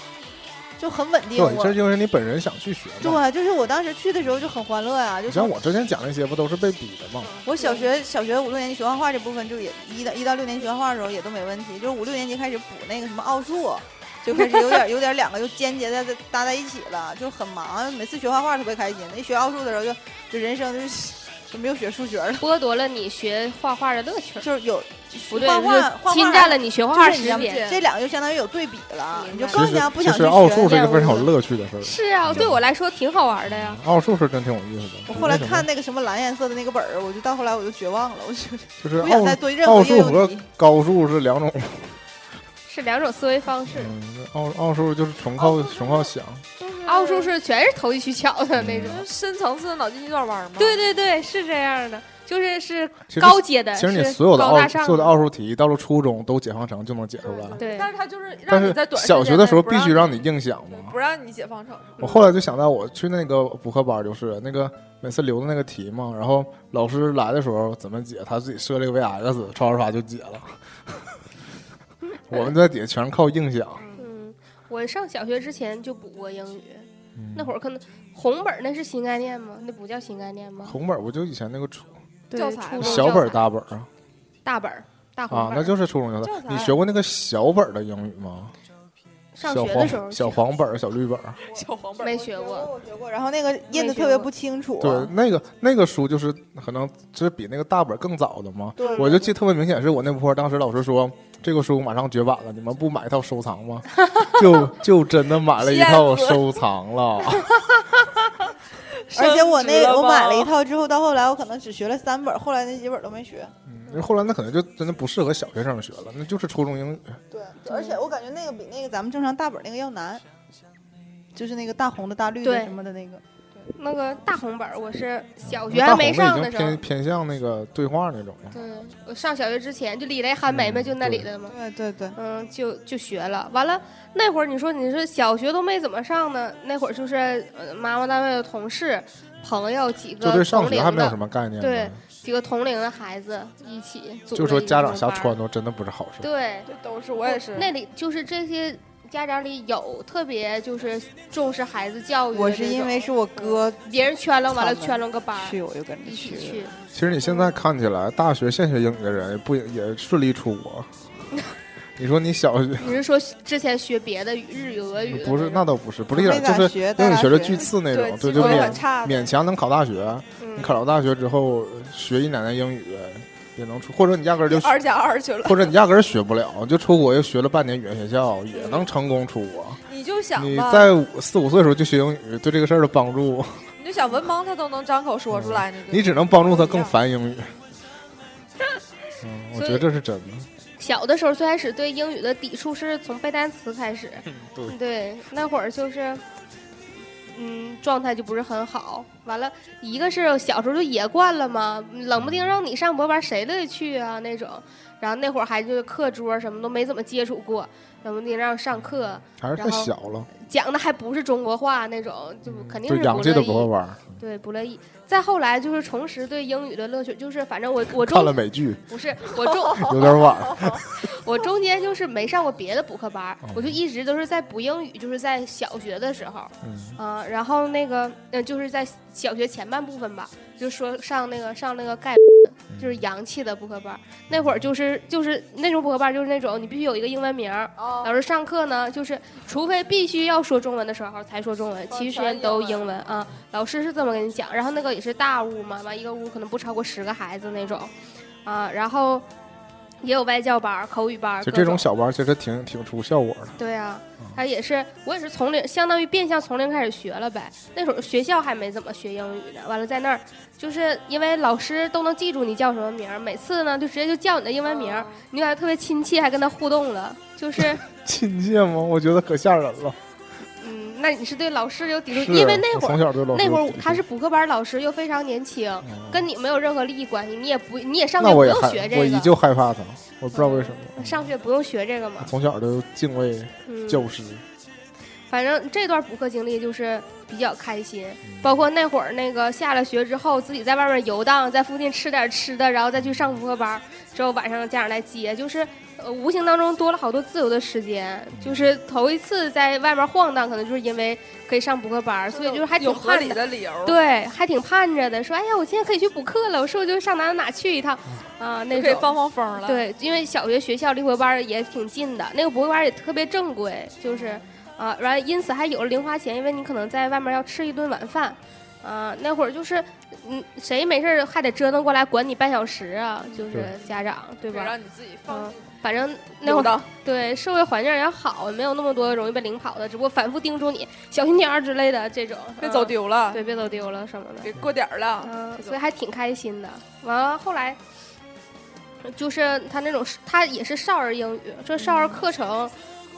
Speaker 6: 就很稳定。
Speaker 1: 对，
Speaker 6: 我
Speaker 1: 这就是你本人想去学嘛。
Speaker 6: 对，啊就是我当时去的时候就很欢乐呀、就
Speaker 1: 你
Speaker 6: 是
Speaker 1: 像我之前讲那些不都是被逼的吗？
Speaker 6: 我小学小学五六年级学画画这部分，就也一到一到六年级学画画的时候也都没问题，就是五六年级开始补那个什么奥数，就开始有点有点两个就间接在在搭在一起了，就很忙。每次学画画特别开心，一学奥数的时候就就人生就是就没有学数学了，
Speaker 3: 剥夺了你学画画的乐趣儿，
Speaker 6: 就是有
Speaker 3: 不对，
Speaker 6: 画画
Speaker 3: 就是
Speaker 6: 画画
Speaker 3: 侵占了你学画
Speaker 6: 就是
Speaker 3: 画
Speaker 6: 你
Speaker 3: 时
Speaker 6: 了解
Speaker 3: 间。
Speaker 6: 这两个就相当于有对比了，你
Speaker 3: 明白
Speaker 6: 就
Speaker 1: 其
Speaker 6: 更
Speaker 1: 实
Speaker 6: 加不
Speaker 1: 其
Speaker 6: 想去
Speaker 1: 实
Speaker 6: 学
Speaker 1: 奥数是一
Speaker 6: 练
Speaker 1: 个非常有
Speaker 6: 武了
Speaker 1: 乐趣的事儿。
Speaker 3: 是啊，对我来说挺好玩的呀。
Speaker 1: 奥数是真挺有意思的。
Speaker 6: 啊我后来
Speaker 1: 为什么
Speaker 6: 看那个什么蓝颜色的那个本儿，我就到后来我就绝望了，我就
Speaker 1: 就是
Speaker 6: 不想
Speaker 1: 奥
Speaker 6: 再做任何
Speaker 1: 奥
Speaker 6: 应
Speaker 1: 数
Speaker 6: 用
Speaker 1: 和
Speaker 6: 题。
Speaker 1: 高数是两种，
Speaker 3: 是两种思维方式。
Speaker 1: 嗯奥奥数就是纯靠纯靠想，
Speaker 6: 嗯
Speaker 3: 奥数是全是投机取巧的那种。
Speaker 5: 就是深层次的脑筋急转弯儿吗？
Speaker 3: 对对对，是这样的，就是是
Speaker 1: 其实
Speaker 3: 高阶的，
Speaker 1: 其实你
Speaker 3: 是
Speaker 1: 所有的
Speaker 3: 高大
Speaker 1: 奥
Speaker 3: 上
Speaker 1: 所有的奥数题到了初中都解放成就能解出来，
Speaker 3: 对
Speaker 5: 但是他就是
Speaker 1: 但
Speaker 5: 让你
Speaker 1: 是
Speaker 5: 在短时
Speaker 1: 小学的时候
Speaker 5: 间内
Speaker 1: 必
Speaker 5: 不
Speaker 1: 须让你硬想嘛
Speaker 5: 不。让你解放成。
Speaker 1: 我后来就想到，我去那个补课班，就是那个每次留的那个题嘛，然后老师来的时候怎么解，他自己设了个 VX，刷刷刷就解了。 我们在底下全是靠硬想，
Speaker 3: 嗯，我上小学之前就补过英语，
Speaker 1: 嗯
Speaker 3: 那会儿可能红本儿那是新概念吗？那不叫新概念吗？
Speaker 1: 嗯红本儿不就以前那个初
Speaker 3: 对
Speaker 5: 教材
Speaker 3: 初中
Speaker 5: 吗
Speaker 1: 小
Speaker 3: 教
Speaker 1: 本儿
Speaker 3: 材
Speaker 1: 大本儿啊
Speaker 3: 大本儿大红
Speaker 1: 啊，
Speaker 3: 本
Speaker 1: 那
Speaker 3: 儿。
Speaker 1: 就是初中教
Speaker 5: 教
Speaker 1: 材
Speaker 5: 材。
Speaker 1: 你学过那个小本儿的英语吗？
Speaker 3: 上
Speaker 1: 小
Speaker 3: 学的
Speaker 1: 黄
Speaker 3: 时候
Speaker 1: 小黄本儿、小绿本儿，
Speaker 5: 小黄本儿
Speaker 3: 没学过，
Speaker 6: 我学过，然后那个印的特别不清楚。
Speaker 1: 对，那个那个书就是可能就是比那个大本儿更早的嘛。
Speaker 6: 对
Speaker 1: 我就记得特别明显，是我那波儿当时老师说这个书马上绝版了，你们不买一套收藏吗？ 就就真的买了一 套收藏了。
Speaker 6: 而且我那
Speaker 5: 升职了
Speaker 6: 我
Speaker 5: 吧
Speaker 6: 买了一套之后，到后来我可能只学了三本，后来那几本都没学。
Speaker 1: 嗯后来那可能就真的不适合小学生学了，那就是初中英语。
Speaker 6: 对，而且我感觉那个比那个咱们正常大本那个要难，就是那个大红的大绿的
Speaker 3: 对
Speaker 6: 什么的那个。
Speaker 3: 那个大红本儿，我是小
Speaker 1: 那
Speaker 3: 学
Speaker 1: 大
Speaker 3: 哦没
Speaker 1: 红的
Speaker 3: 上
Speaker 1: 已
Speaker 3: 的
Speaker 1: 经
Speaker 3: 时候
Speaker 1: 偏，偏向那个对话那种了。
Speaker 3: 对，我上小学之前就李雷、韩梅梅
Speaker 1: 嗯
Speaker 3: 就那里的嘛，
Speaker 2: 对对对，
Speaker 3: 嗯，就就学了。完了那会儿，你说你是小学都没怎么上呢，那会儿就是呃妈妈单位的同事、朋友几
Speaker 1: 就
Speaker 3: 个
Speaker 1: 对上
Speaker 3: 同
Speaker 1: 学还
Speaker 3: 龄
Speaker 1: 没有什
Speaker 3: 的
Speaker 1: 么概念呢，
Speaker 3: 对几个同龄的孩子一起组
Speaker 1: 就
Speaker 3: 了
Speaker 1: 说
Speaker 3: 一个
Speaker 1: 家长
Speaker 3: 班
Speaker 1: 瞎
Speaker 3: 儿
Speaker 1: 撺。掇，真的不是好事。
Speaker 3: 对，
Speaker 5: 这都是我也是。
Speaker 3: 那里就是这些家长里有特别就是重视孩子教育的这种，
Speaker 2: 我是因为是我哥
Speaker 3: 别人圈拢完了
Speaker 2: 他们
Speaker 3: 圈拢个班儿
Speaker 2: 去，我就跟着
Speaker 3: 一起
Speaker 2: 去
Speaker 3: 去。
Speaker 1: 其实你现在看起来，大学现学英语的人也不也顺利出国？你说你小学
Speaker 3: 你是说之前学别的语日语、俄语的
Speaker 1: 不是
Speaker 3: 种
Speaker 1: 那倒不是，不是一
Speaker 2: 没
Speaker 1: 点，就
Speaker 2: 敢
Speaker 1: 是
Speaker 2: 学大
Speaker 1: 英语学的
Speaker 2: 学
Speaker 1: 巨次那种，
Speaker 5: 对，
Speaker 1: 对，
Speaker 5: 基
Speaker 1: 就
Speaker 5: 本
Speaker 1: 勉
Speaker 5: 很差的。
Speaker 1: 勉强能考大学。
Speaker 3: 嗯
Speaker 1: 你考上大学之后，学一两年英语也能出，或者你压根儿就
Speaker 5: 二加二去了，
Speaker 1: 或者你压根儿学不了，就出国又学了半年语言学校，也能成功出国。
Speaker 5: 你就想
Speaker 1: 你
Speaker 5: 吧，
Speaker 1: 在五四五岁的时候就学英语，对这个事儿的帮助，
Speaker 5: 你就想文盲他都能张口说出来，你就
Speaker 1: 嗯你只能帮助他更烦英语。嗯，我
Speaker 3: 所以
Speaker 1: 觉得这是真的。
Speaker 3: 小的时候最开始对英语的抵触是从背单词开始，
Speaker 1: 对
Speaker 3: 对，那会儿就是，嗯，状态就不是很好。完了，一个是小时候就野惯了嘛，冷不
Speaker 1: 嗯
Speaker 3: 丁让你上博班，谁乐意去啊那种。然后那会儿还就是课桌什么都没怎么接触过，冷不丁让上课，
Speaker 1: 还是太
Speaker 3: 然后
Speaker 1: 小了，
Speaker 3: 讲的还不是中国话那种，就肯定
Speaker 1: 对
Speaker 3: 是
Speaker 1: 嗯洋气
Speaker 3: 乐
Speaker 1: 都不会
Speaker 3: 意，
Speaker 1: 玩儿，
Speaker 3: 对不乐意。再后来就是重拾对英语的乐趣，就是 反正我我
Speaker 1: 看了
Speaker 3: 中
Speaker 1: 美 剧
Speaker 3: 不是我中
Speaker 1: 有点晚。
Speaker 3: 我中间就是没上过别的补课班儿
Speaker 1: 哦，
Speaker 3: 我就一直都是在补英语，就是在小学的时候，
Speaker 1: 嗯，
Speaker 3: 啊、然后那个，呃，就是在小学前半部分吧，就说上那个上那个盖， 就是洋气的补课班儿。那会儿就是就是那种补课班儿，就是那种你必须有一个英文名儿，
Speaker 5: 哦
Speaker 3: 老师上课呢，就是除非必须要说中文的时候才说中文，其余时间都英文啊。老师是这么跟你讲，然后那个也是大屋嘛，完一个屋可能不超过十个孩子那种，啊，然后也有外教班儿、口语班儿，
Speaker 1: 就
Speaker 3: 各
Speaker 1: 这种小班儿其实挺挺出效果的。
Speaker 3: 对啊
Speaker 1: 嗯，
Speaker 3: 他也是，我也是从零，相当于变相从零开始学了呗。那时候学校还没怎么学英语呢，完了在那儿，就是因为老师都能记住你叫什么名儿，每次呢就直接就叫你的英文名
Speaker 1: 哦
Speaker 3: 儿，你感觉特别亲切，还跟他互动了。 就是，
Speaker 1: 亲切吗？我觉得可吓人了。
Speaker 3: 嗯，那你是对老师有抵
Speaker 1: 是啊
Speaker 3: 触， 因为那
Speaker 1: 我
Speaker 3: 会
Speaker 1: 从
Speaker 3: 儿
Speaker 1: 小对老师
Speaker 3: 那会
Speaker 1: 有
Speaker 3: 儿
Speaker 1: 抵触
Speaker 3: 他是补课班老师，又非常年轻，
Speaker 1: 嗯
Speaker 3: 跟你没有任何利益关系，你也不你也上学
Speaker 1: 那
Speaker 3: 不
Speaker 1: 我也
Speaker 3: 用
Speaker 1: 害
Speaker 3: 学
Speaker 1: 我
Speaker 3: 这
Speaker 1: 依
Speaker 3: 个，嗯
Speaker 1: 旧害怕他，我不知道为什么。
Speaker 3: 上学不用学这 个嘛。
Speaker 1: 从小就敬畏
Speaker 3: 嗯，
Speaker 1: 教师，
Speaker 3: 反正这段补课经历就是比较开心。
Speaker 1: 嗯
Speaker 3: 包括那会儿那个下了学之后，自己在外面游荡，在附近吃点吃的，然后再去上补课班儿，之后晚上家长来接，就是呃无形当中多了好多自由的时间。就是头一次在外面晃荡，可能就是因为可以上补课班儿，所以就是还挺
Speaker 5: 有合
Speaker 3: 盼
Speaker 5: 理
Speaker 3: 的。
Speaker 5: 的理由，，
Speaker 3: 对，还挺盼着的，说哎呀，我今天可以去补课了，我是不是就上哪哪哪去一趟啊？那
Speaker 5: 可以
Speaker 3: 种
Speaker 5: 嗯放放风了。，
Speaker 3: 对，因为小学学校离补课班儿也挺近的，那个补课班儿也特别正规，就是啊，完了因此还有了零花钱，因为你可能在外面要吃一顿晚饭。啊，那会儿就是，嗯，谁没事儿还得折腾过来管你半小时啊，就是
Speaker 1: 对
Speaker 3: 家长，对
Speaker 5: 对，
Speaker 3: 吧？
Speaker 5: 让你自己放
Speaker 3: 嗯，反正那嗯
Speaker 5: 游
Speaker 3: 会儿
Speaker 5: 荡
Speaker 3: 对社会环境也好，没有那么多容易被领跑的，只不过反复叮嘱你小心点儿之类的这种，
Speaker 5: 别
Speaker 3: 嗯
Speaker 5: 走，丢了，
Speaker 3: 对，别走丢了什么的。
Speaker 5: 别过点儿了。
Speaker 3: 嗯，所
Speaker 5: 种
Speaker 3: 以还挺开心的。完了后来，就是他那种他也是少儿英语，这少儿课程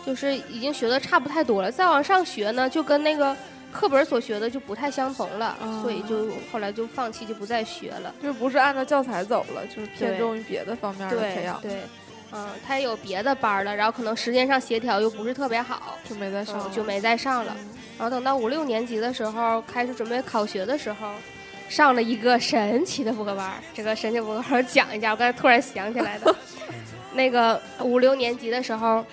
Speaker 3: 就是已经学的差不太多了，再往上学呢，就跟那个课本所学的就不太相同了，
Speaker 5: 啊
Speaker 3: 所以就后来就放弃，就不再学了。
Speaker 5: 就不是按照教材走了，就是偏
Speaker 3: 对
Speaker 5: 重于别的方面的培
Speaker 3: 对
Speaker 5: 养，
Speaker 3: 对，嗯，他也有别的班儿了，然后可能时间上协调又不是特别好，
Speaker 5: 就没再上了
Speaker 3: 嗯，就没再上了。然后等到五六年级的时候，开始准备考学的时候，上了一个神奇的补课班儿。这个神奇补课班儿讲一下，我刚才突然想起 来的。那个五六年级的时候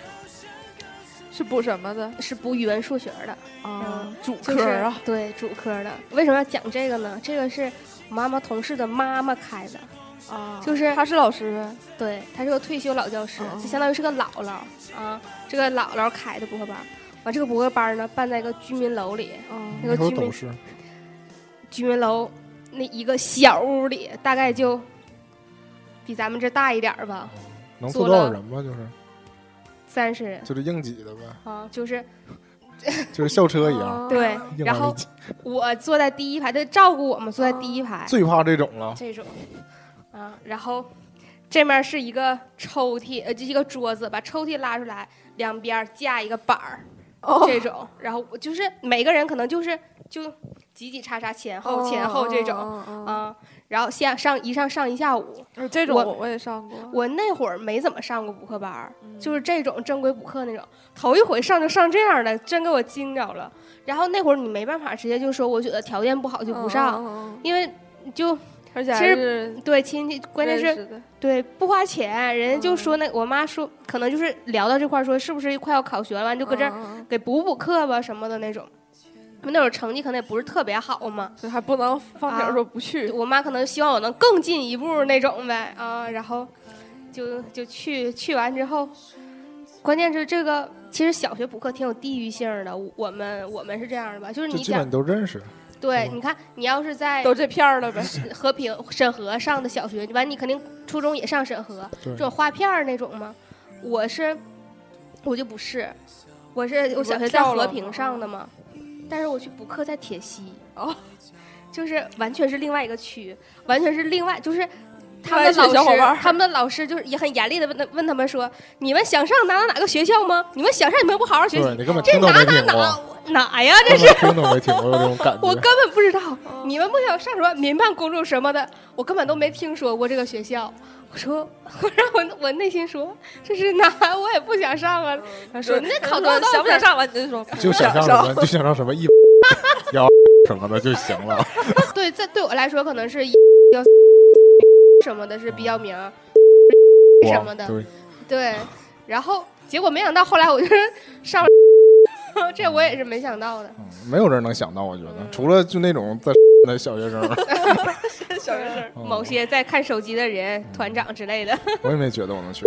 Speaker 5: 是补什么的
Speaker 3: 是补语文、数学的，
Speaker 5: 啊？主
Speaker 3: 嗯就
Speaker 5: 科
Speaker 3: 是
Speaker 5: 啊，
Speaker 3: 对主科的。为什么要讲这个呢？这个是我妈妈同事的妈妈开的，
Speaker 5: 啊，
Speaker 3: 就是
Speaker 5: 他是老师呗，
Speaker 3: 对，她是个退休老教师
Speaker 5: 哦，
Speaker 3: 就相当于是个姥姥啊。这个姥姥开的补课班儿，完这个补课班儿呢办在一个居民楼里，
Speaker 5: 啊
Speaker 3: 那
Speaker 1: 嗯那
Speaker 3: 个
Speaker 1: 时候
Speaker 3: 居民
Speaker 1: 懂事，
Speaker 3: 居民楼那一个小屋里，大概就比咱们这大一点儿吧，
Speaker 1: 能
Speaker 3: 做
Speaker 1: 坐多少
Speaker 3: 了
Speaker 1: 人吧？就是
Speaker 3: 三十人
Speaker 1: 就是应急的呗，
Speaker 3: 啊，就是
Speaker 1: 就是校车一样。
Speaker 3: 对。
Speaker 5: 啊
Speaker 1: 硬
Speaker 3: 哦然
Speaker 1: 往
Speaker 3: 后
Speaker 1: 里挤
Speaker 3: 我坐在第一排，他照顾我嘛，啊坐在第一排
Speaker 1: 最怕这种了，
Speaker 3: 这种啊，然后这面是一个抽屉，呃，就一个桌子，把抽屉拉出来，两边儿架一个板儿，
Speaker 5: 哦，
Speaker 3: 这种，然后我就是每个人可能就是就几几叉叉前后前后这种，
Speaker 5: 啊，
Speaker 3: 啊，然后下上一上上一下午。
Speaker 5: 嗯这种
Speaker 3: 我
Speaker 5: 我我也上过，
Speaker 3: 我那会儿没怎么上过补课班儿，
Speaker 5: 嗯
Speaker 3: 就是这种正规补课那种，头一回上就上这样的，真给我惊着了。然后那会儿你没办法，直接就说我觉得条件不好就不上，
Speaker 5: 嗯，嗯嗯嗯
Speaker 3: 因为就
Speaker 5: 而且还
Speaker 3: 其实
Speaker 5: 是
Speaker 3: 对亲戚，关键
Speaker 5: 认
Speaker 3: 是
Speaker 5: 识的
Speaker 3: 对不花钱，人家就
Speaker 5: 嗯
Speaker 3: 说那我妈说可能就是聊到这块儿说是不是快要考学了，完就搁这儿
Speaker 5: 嗯嗯嗯
Speaker 3: 给补补课吧什么的那种。那会儿成绩可能也不是特别好嘛，
Speaker 5: 就还不能放
Speaker 3: 啊
Speaker 5: 表说不去，
Speaker 3: 我妈可能希望我能更进一步那种呗啊，然后就就去去完之后，关键是这个其实小学补课挺有地域性儿的，我我们我们是这样的吧，就是
Speaker 1: 就
Speaker 3: 哎你
Speaker 1: 基本
Speaker 3: 讲
Speaker 1: 你都认识。
Speaker 3: 对，
Speaker 1: 嗯
Speaker 3: 你看你要是在
Speaker 5: 都这片儿了呗。
Speaker 3: 和平沈河上的小学，完你肯定初中也上沈河，
Speaker 1: 对
Speaker 3: 这，种花片儿那种吗？我是我就不是，我是我小学在
Speaker 5: 跳了
Speaker 3: 和平上的嘛，但是我去补课在铁西
Speaker 5: 哦，
Speaker 3: 就是完全是另外一个区，完全是另外就是。他们
Speaker 5: 另外
Speaker 3: 的
Speaker 5: 一群
Speaker 3: 老师
Speaker 5: 小伙伴儿，
Speaker 3: 他们的老师就是也很严厉的问他问他们说：“你们想上哪哪哪个学校吗？你们想上你们不好好学习
Speaker 1: 对，你根本
Speaker 3: 这
Speaker 1: 听都
Speaker 3: 哪
Speaker 1: 没
Speaker 3: 哪
Speaker 1: 听
Speaker 3: 哪
Speaker 1: 过，
Speaker 3: 哪呀？这
Speaker 1: 根
Speaker 3: 是
Speaker 1: 本听都没听过，有这种感
Speaker 3: 我
Speaker 1: 觉。
Speaker 3: 根本不知道。
Speaker 5: 哦
Speaker 3: 你们不想上什么民办公路什么的，我根本都没听说过这个学校。我说，我让我我内心说这是哪，我也不想上啊。他说那考多少
Speaker 5: 想不
Speaker 3: 分
Speaker 5: 想？上完你就说
Speaker 1: 就想上什
Speaker 5: 上
Speaker 1: 么，就想上什么一幺什么的就行了。
Speaker 3: 对，在对我来说可能是一要什么的是比较名儿，什么的
Speaker 1: 哇对，
Speaker 3: 对。然后结果没想到后来我就是 上了， 这我也是没想到的。
Speaker 1: 嗯没有人能想到，我觉
Speaker 3: 嗯
Speaker 1: 得，除了就那种在 那小学生，
Speaker 5: 小学生，
Speaker 1: 嗯
Speaker 3: 某些在看手机的人、团长之类的，
Speaker 1: 我也没觉得我能去。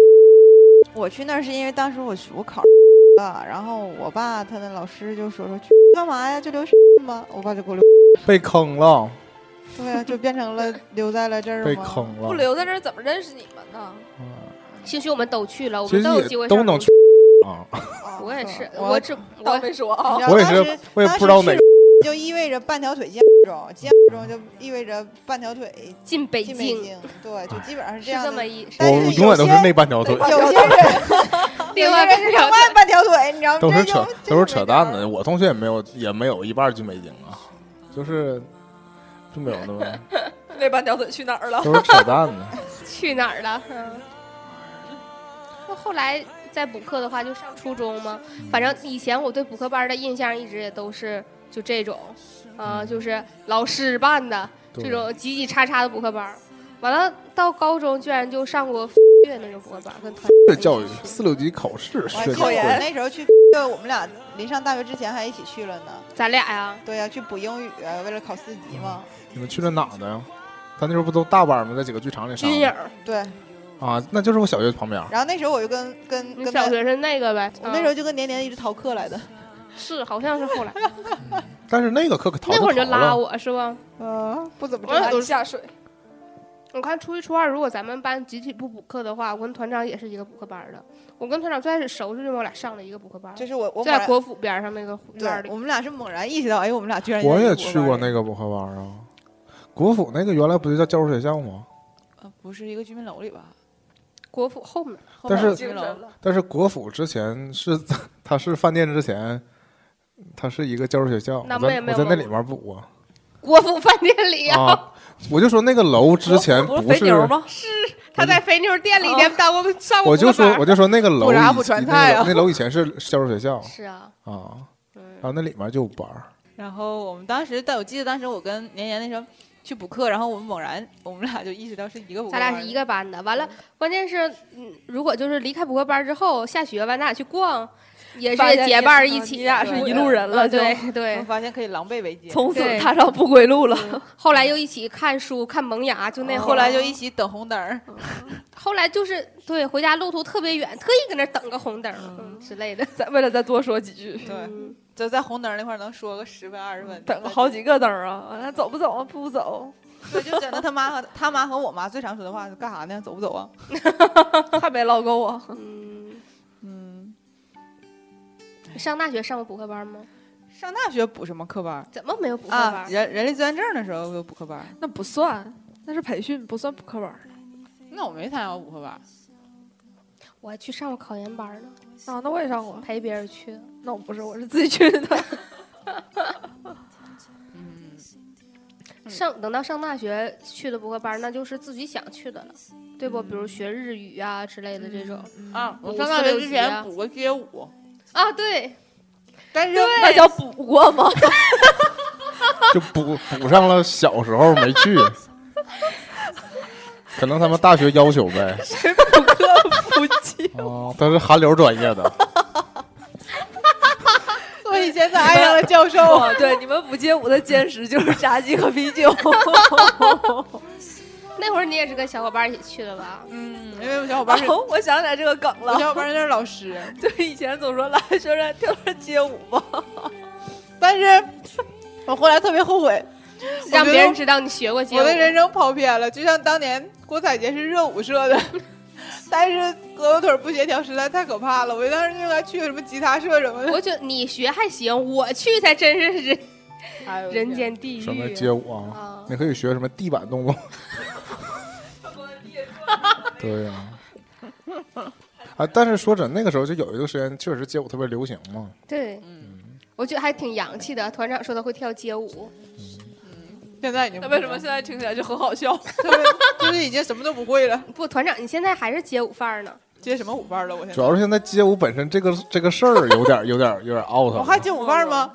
Speaker 2: 我去那儿是因为当时我去我考了，然后我爸他的老师就说说去干嘛呀，就留 吧。我爸就给我留，
Speaker 1: 被坑了，
Speaker 2: 对啊，就变成了留在了这儿
Speaker 1: 被
Speaker 2: 吗哦
Speaker 1: 坑了。
Speaker 5: 不留在这儿怎么认识你们呢？
Speaker 1: 嗯
Speaker 3: 兴许我们都去了，我
Speaker 1: 其
Speaker 3: 们都有
Speaker 1: 实
Speaker 3: 机会
Speaker 1: 也
Speaker 3: 上
Speaker 1: 都能去 啊。
Speaker 2: 啊
Speaker 3: 我也是，
Speaker 2: 我
Speaker 3: 我只嗯
Speaker 5: 倒
Speaker 3: 我
Speaker 5: 没说啊，
Speaker 2: 哦
Speaker 1: 我也是我也不知道哪个，
Speaker 2: 就意味着半条腿进中，进中就意味着半条腿
Speaker 3: 进北
Speaker 2: 进北
Speaker 3: 京
Speaker 2: 京，对，就基本上是
Speaker 3: 是
Speaker 2: 这样
Speaker 3: 这么
Speaker 2: 的。
Speaker 3: 一，
Speaker 1: 我
Speaker 2: 但是有
Speaker 1: 永远都是
Speaker 2: 些
Speaker 1: 那半条腿，
Speaker 2: 有些人，
Speaker 3: 另
Speaker 2: 有
Speaker 3: 外
Speaker 2: 些人是另外半条腿，你知道吗？
Speaker 1: 都是
Speaker 2: 这
Speaker 1: 扯
Speaker 2: 就这
Speaker 1: 都
Speaker 2: 就
Speaker 1: 是扯
Speaker 2: 没招儿
Speaker 1: 淡的。我同学也没有也没有一半进北京啊，就是就没有那 么
Speaker 5: 那半条腿去哪儿了？
Speaker 1: 都是扯淡的。
Speaker 3: 去哪儿了？嗯，那后来再补课的话，就上初中吗？反
Speaker 1: 嗯
Speaker 3: 正以前我对补课班的印象一直也都是就这种，啊、就是老师办的
Speaker 1: 嗯对
Speaker 3: 这种挤挤叉叉的补课班。完了，到高中居然就上过 乐那种补课班，跟团
Speaker 1: 这教育四六级考试
Speaker 2: 我还记得
Speaker 1: 学校
Speaker 2: 我
Speaker 5: 考研
Speaker 2: 那时候去，就我们俩临上大学之前还一起去了呢。
Speaker 3: 咱俩呀，
Speaker 2: 对呀、去补英语，啊为了考四级嘛。
Speaker 1: 你们去了哪的呀？他那时候不都大班吗？在几个剧场里上
Speaker 3: 军
Speaker 1: 的
Speaker 3: 营，
Speaker 2: 对，
Speaker 1: 啊，那就是我小学旁边。
Speaker 2: 然后那时候我就跟跟
Speaker 3: 你
Speaker 2: 跟
Speaker 3: 小
Speaker 2: 他，
Speaker 3: 学嗯是那个呗？
Speaker 2: 我那时候就跟年年一直逃课来的。
Speaker 3: 嗯是好像是后来
Speaker 1: 但是那个课可 逃
Speaker 3: 那会儿就
Speaker 1: 逃
Speaker 3: 拉
Speaker 1: 了，
Speaker 3: 我是吧？
Speaker 2: 嗯，不怎么
Speaker 3: 我
Speaker 2: 正
Speaker 3: 也
Speaker 2: 常。
Speaker 3: 都是
Speaker 5: 下水，
Speaker 3: 我看初一初二，如果咱们班集体不补课的话，我跟团长也是一个补课班儿的。我跟团长最开始熟是因为我俩上了一个补课班儿，
Speaker 2: 就是我我猛
Speaker 3: 在
Speaker 2: 然
Speaker 3: 国府边儿上那个院儿
Speaker 2: 对，
Speaker 3: 里
Speaker 2: 我。们俩是猛然意识到，哎，我们俩居然
Speaker 1: 我也
Speaker 2: 是一
Speaker 1: 去
Speaker 2: 个
Speaker 1: 过
Speaker 2: 班的
Speaker 1: 那个补课班啊。国府那个原来不就叫教务学校吗？
Speaker 2: 呃，不是一个居民楼里吧？
Speaker 3: 国府后面，
Speaker 2: 后
Speaker 1: 但
Speaker 2: 面有
Speaker 1: 是
Speaker 2: 居
Speaker 5: 精
Speaker 2: 民
Speaker 5: 神
Speaker 2: 楼，
Speaker 5: 了。
Speaker 1: 但是国府之前是它是饭店之前，它是一个教师学校。
Speaker 3: 那
Speaker 1: 我
Speaker 3: 我也
Speaker 1: 在
Speaker 3: 没
Speaker 1: 我
Speaker 3: 有
Speaker 1: 在那
Speaker 3: 问
Speaker 1: 里面补过
Speaker 3: 国府饭店里
Speaker 5: 哦
Speaker 3: 啊，
Speaker 1: 啊，我就说那个楼之前
Speaker 5: 不是
Speaker 1: 不
Speaker 5: 肥
Speaker 1: 是，
Speaker 5: 牛吗？
Speaker 3: 他在肥牛店
Speaker 5: 哦
Speaker 3: 里边当 过上过
Speaker 1: 我
Speaker 3: 补
Speaker 1: 就
Speaker 3: 课班
Speaker 1: 说
Speaker 3: 儿。
Speaker 1: 我就说那个楼
Speaker 2: 补啥
Speaker 1: 以
Speaker 2: 补川
Speaker 1: 那
Speaker 2: 菜
Speaker 1: 个
Speaker 2: 啊
Speaker 1: 那楼以前是教师学校
Speaker 5: 哦
Speaker 3: 是啊，
Speaker 1: 啊，
Speaker 3: 嗯
Speaker 1: 然，后那里面就有班儿
Speaker 6: 然后我们当时，但我记得当时我跟年年那时候去补课，然后我们猛然我们俩就意识到是一
Speaker 5: 哦
Speaker 6: 个补课
Speaker 3: 咱
Speaker 6: 班儿，
Speaker 3: 俩是一个班的。完了，关键是，嗯，如果就是离开补课班儿之后，下学完咱俩去逛，也
Speaker 5: 发
Speaker 3: 是
Speaker 5: 现
Speaker 3: 结
Speaker 5: 也
Speaker 3: 伴儿
Speaker 5: 是
Speaker 3: 一
Speaker 5: 啊
Speaker 3: 起。
Speaker 5: 你俩是一路人了
Speaker 3: 啊
Speaker 5: 就嗯
Speaker 3: 对
Speaker 6: 我
Speaker 3: 对
Speaker 6: 们。发现可以狼狈为奸，
Speaker 5: 从此
Speaker 3: 对
Speaker 5: 踏上不归路了。
Speaker 3: 后来又一起看书、看《萌芽》，就
Speaker 5: 哦
Speaker 3: 那
Speaker 6: 后来
Speaker 3: 就
Speaker 6: 就一起等红灯儿，
Speaker 3: 后来就是对回家路途特别远，特意搁那儿等个红灯儿、嗯
Speaker 6: 嗯
Speaker 3: 之类的。
Speaker 5: 再为了再多说几句，
Speaker 6: 对，
Speaker 3: 嗯
Speaker 6: 就在红灯儿那块儿能说个十分二十分，
Speaker 5: 等好几个灯儿啊！那走不走啊？不走，
Speaker 6: 对，就整的他妈和他妈和我妈最常说的话是干啥呢？走不走啊？
Speaker 5: 还没捞够啊！
Speaker 3: 嗯，
Speaker 6: 嗯，
Speaker 3: 上大学上过补课班吗？
Speaker 6: 上大学补什么课班儿
Speaker 3: 怎么没有补课班？
Speaker 6: 啊？人人力资源证的时候有补课班儿，
Speaker 5: 那不算，那是培训，不算补课班儿。
Speaker 6: 那我没参加过补课班儿，
Speaker 3: 我还去上过考研班呢，
Speaker 5: 啊，那我也
Speaker 3: 嗯
Speaker 5: 上过，
Speaker 3: 陪别人去的。
Speaker 5: 那我不是，我是自己去的。
Speaker 6: 嗯，
Speaker 3: 上等到上大学去的补课班，那就是自己想去的了，对不？比如学日语啊之类的这种
Speaker 5: 啊，我
Speaker 3: 五
Speaker 5: 上大
Speaker 3: 四
Speaker 5: 学
Speaker 3: 六
Speaker 5: 之
Speaker 3: 级啊
Speaker 5: 前补过街舞，
Speaker 3: 啊，对，
Speaker 5: 但是
Speaker 2: 那叫补过 吗？
Speaker 1: 就补补上了小时候没去，可能他们大学要求呗。哦，他是韩流专业的，
Speaker 6: 我以前咋爱上了教授？
Speaker 5: 哦，对，你们补街舞的坚实就是炸鸡和啤 酒。
Speaker 3: 那会儿你也是跟小伙伴一起去的吧？
Speaker 6: 嗯，因为我小伙伴是，
Speaker 5: 哦，我想起来这个梗
Speaker 6: 我
Speaker 5: 了，
Speaker 6: 小伙伴就是老师，
Speaker 5: 就以前总说来学生跳跳街舞吧，
Speaker 6: 但是我后来特别后悔，
Speaker 3: 让
Speaker 6: 觉
Speaker 3: 别
Speaker 6: 得
Speaker 3: 人知道你学过街
Speaker 6: 我的人
Speaker 3: 舞。
Speaker 6: 生跑偏了，就像当年郭采洁是热舞社的，但是胳膊腿儿不协调实在太可怕了。我当时就应该去什么吉他社什么的。
Speaker 3: 我觉得你学还行，我去才真是人
Speaker 6: 哎呦我的
Speaker 3: 人
Speaker 6: 天
Speaker 3: 间地
Speaker 1: 什么
Speaker 3: 狱。
Speaker 1: 街舞啊，
Speaker 3: 啊，
Speaker 1: 你可以学什么地板 动作。对呀、啊，但是说真，那个时候就有一段时间确实街舞特别流行嘛。
Speaker 3: 对，
Speaker 5: 嗯
Speaker 3: 我觉得还挺洋气的。团长说他会跳街舞，
Speaker 6: 现在已经
Speaker 5: 那为什么现在听起来就很好笑？
Speaker 6: 特 别就是已经什么都不会了，
Speaker 3: 不，团长你现在还是街舞范儿呢。
Speaker 6: 接什么舞伴了？我现
Speaker 1: 主
Speaker 6: 在
Speaker 1: 要是现在街舞本身这个这个事儿有点有点有点 out
Speaker 6: 我还
Speaker 1: 了，
Speaker 6: 接舞伴吗？